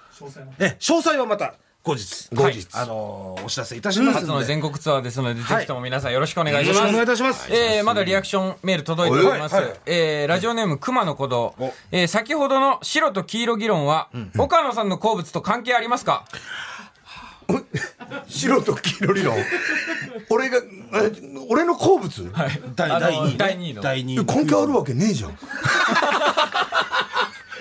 [SPEAKER 3] え詳細はまた後日
[SPEAKER 1] 後日
[SPEAKER 3] あのーお知らせいたします
[SPEAKER 1] 初の
[SPEAKER 3] ので、
[SPEAKER 1] 全国ツアーですので、
[SPEAKER 3] はい
[SPEAKER 1] ぜひとも皆さんよろしくお願いし
[SPEAKER 3] よろ
[SPEAKER 1] ま
[SPEAKER 3] しく
[SPEAKER 1] す。
[SPEAKER 3] お願いいたします
[SPEAKER 1] えーまだリアクションメール届いております。
[SPEAKER 3] はいはい
[SPEAKER 1] えーラジオネーム熊野古道
[SPEAKER 3] お。
[SPEAKER 1] えー先ほどの白と黄色議論は、岡野さんの好物と関係ありますか
[SPEAKER 5] 白と黄色理論俺がえ俺の好物
[SPEAKER 3] 第
[SPEAKER 1] あの
[SPEAKER 3] 第2位ね、
[SPEAKER 1] 第二位の
[SPEAKER 3] 第二位
[SPEAKER 5] 根拠あるわけねえじゃん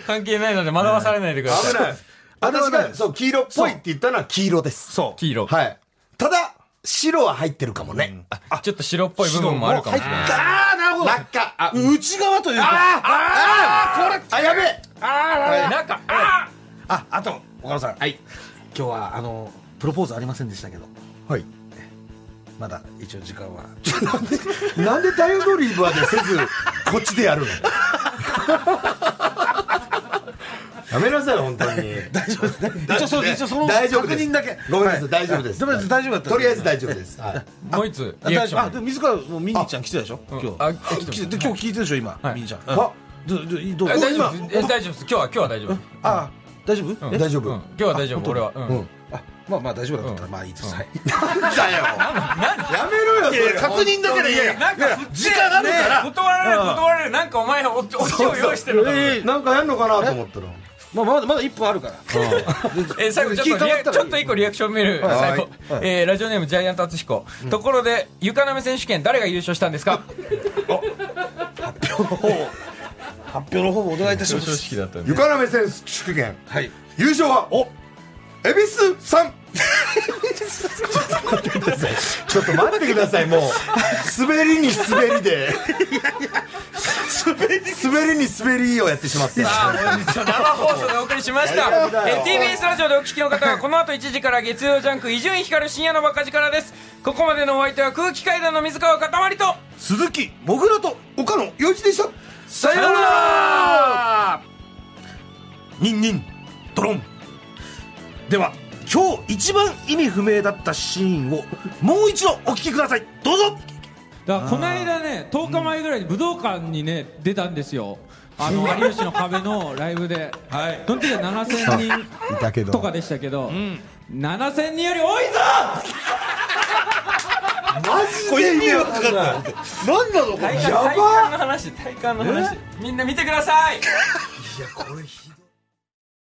[SPEAKER 1] 関係ないので惑わされないでください。
[SPEAKER 5] ない私がそう黄色っぽいって言ったのは黄色です
[SPEAKER 3] そう
[SPEAKER 1] 黄色。
[SPEAKER 5] はいただ白は入ってるかもね、
[SPEAKER 1] ちょっと白っぽい部分もあるかもしれない。
[SPEAKER 5] ああなるほど落下あ
[SPEAKER 3] 内側というかあ
[SPEAKER 5] ああこれあやべえ
[SPEAKER 1] 中、あ
[SPEAKER 3] あと岡野さん、今日はあのープロポーズありませんでしたけど
[SPEAKER 5] はい [laughs]
[SPEAKER 3] まだ一応時間は
[SPEAKER 5] なんで大踊り場でせずこっちでやるのやめなさい本当に
[SPEAKER 3] 一応その一応その
[SPEAKER 5] 大丈夫
[SPEAKER 3] 確
[SPEAKER 5] です
[SPEAKER 3] 認だけ
[SPEAKER 5] ごめんなさい大丈夫です
[SPEAKER 3] はい大丈夫だった
[SPEAKER 5] とりあえず大丈夫ですはい
[SPEAKER 1] もう一つ
[SPEAKER 3] あ
[SPEAKER 1] リアク
[SPEAKER 3] 大
[SPEAKER 1] シ
[SPEAKER 3] 丈夫
[SPEAKER 1] ョ
[SPEAKER 3] あ
[SPEAKER 1] ン
[SPEAKER 3] でも水川もうミニーちゃん来てたでしょ今日
[SPEAKER 1] あ来てます
[SPEAKER 3] 来てで今日聞いてるでしょ今
[SPEAKER 1] はい
[SPEAKER 3] ミニーちゃんうん
[SPEAKER 5] あ
[SPEAKER 3] どどどう
[SPEAKER 1] え大丈
[SPEAKER 3] 今
[SPEAKER 1] 夫ですえ大丈夫です今日は今日は大丈夫です
[SPEAKER 3] あ大丈夫え
[SPEAKER 5] 大丈
[SPEAKER 1] うん
[SPEAKER 5] 夫
[SPEAKER 1] 今日は大丈夫俺はうん
[SPEAKER 3] あまあまあ大丈夫だったらまあいいですはい
[SPEAKER 5] だよやめろよそれ
[SPEAKER 3] 確認だけどいやいや
[SPEAKER 1] なんか振って
[SPEAKER 3] 時間があるから
[SPEAKER 1] ね断られる断られるなんかお前おおちを用意してるのか
[SPEAKER 3] [laughs]
[SPEAKER 1] な
[SPEAKER 3] ええ
[SPEAKER 5] なんかやんのかなと思ったら
[SPEAKER 3] まあまだまだ一分あるから
[SPEAKER 1] えー最後ちょっとリアちょっと一個リアクション見る最後、えーラジオネームジャイアント厚彦、ところで床滑選手権誰が優勝したんですか
[SPEAKER 3] 発表の方もお願いいたします
[SPEAKER 1] 式だったね
[SPEAKER 5] 床滑選手権
[SPEAKER 3] はい
[SPEAKER 5] 優勝はお恵比寿さ [laughs] んちょっと待ってくださいもう滑りに滑 [laughs] りで滑りに滑りをやってしまった
[SPEAKER 1] さあ本日は生放送でお送りしました、えー TBS ラジオでお聞きの方はこの後1時から月曜ジャンク伊集院光深夜のバカ力ですここまでのお相手は空気階段の水川かたまりと
[SPEAKER 3] 鈴木もぐらと岡野陽一でしたさようならニンニンドロンでは今日一番意味不明だったシーンをもう一度お聞きくださいどうぞ
[SPEAKER 9] だからこの間ね10日前ぐらいに武道館にね出たんですよあの有吉の壁のライブで、はい、その時は7000
[SPEAKER 5] いたけ
[SPEAKER 9] 人とかでしたけど、7000人より多いぞ
[SPEAKER 3] これ意味わかんない何なのこれ
[SPEAKER 1] 体感体感の話体感の話みんな見てください
[SPEAKER 5] これひどい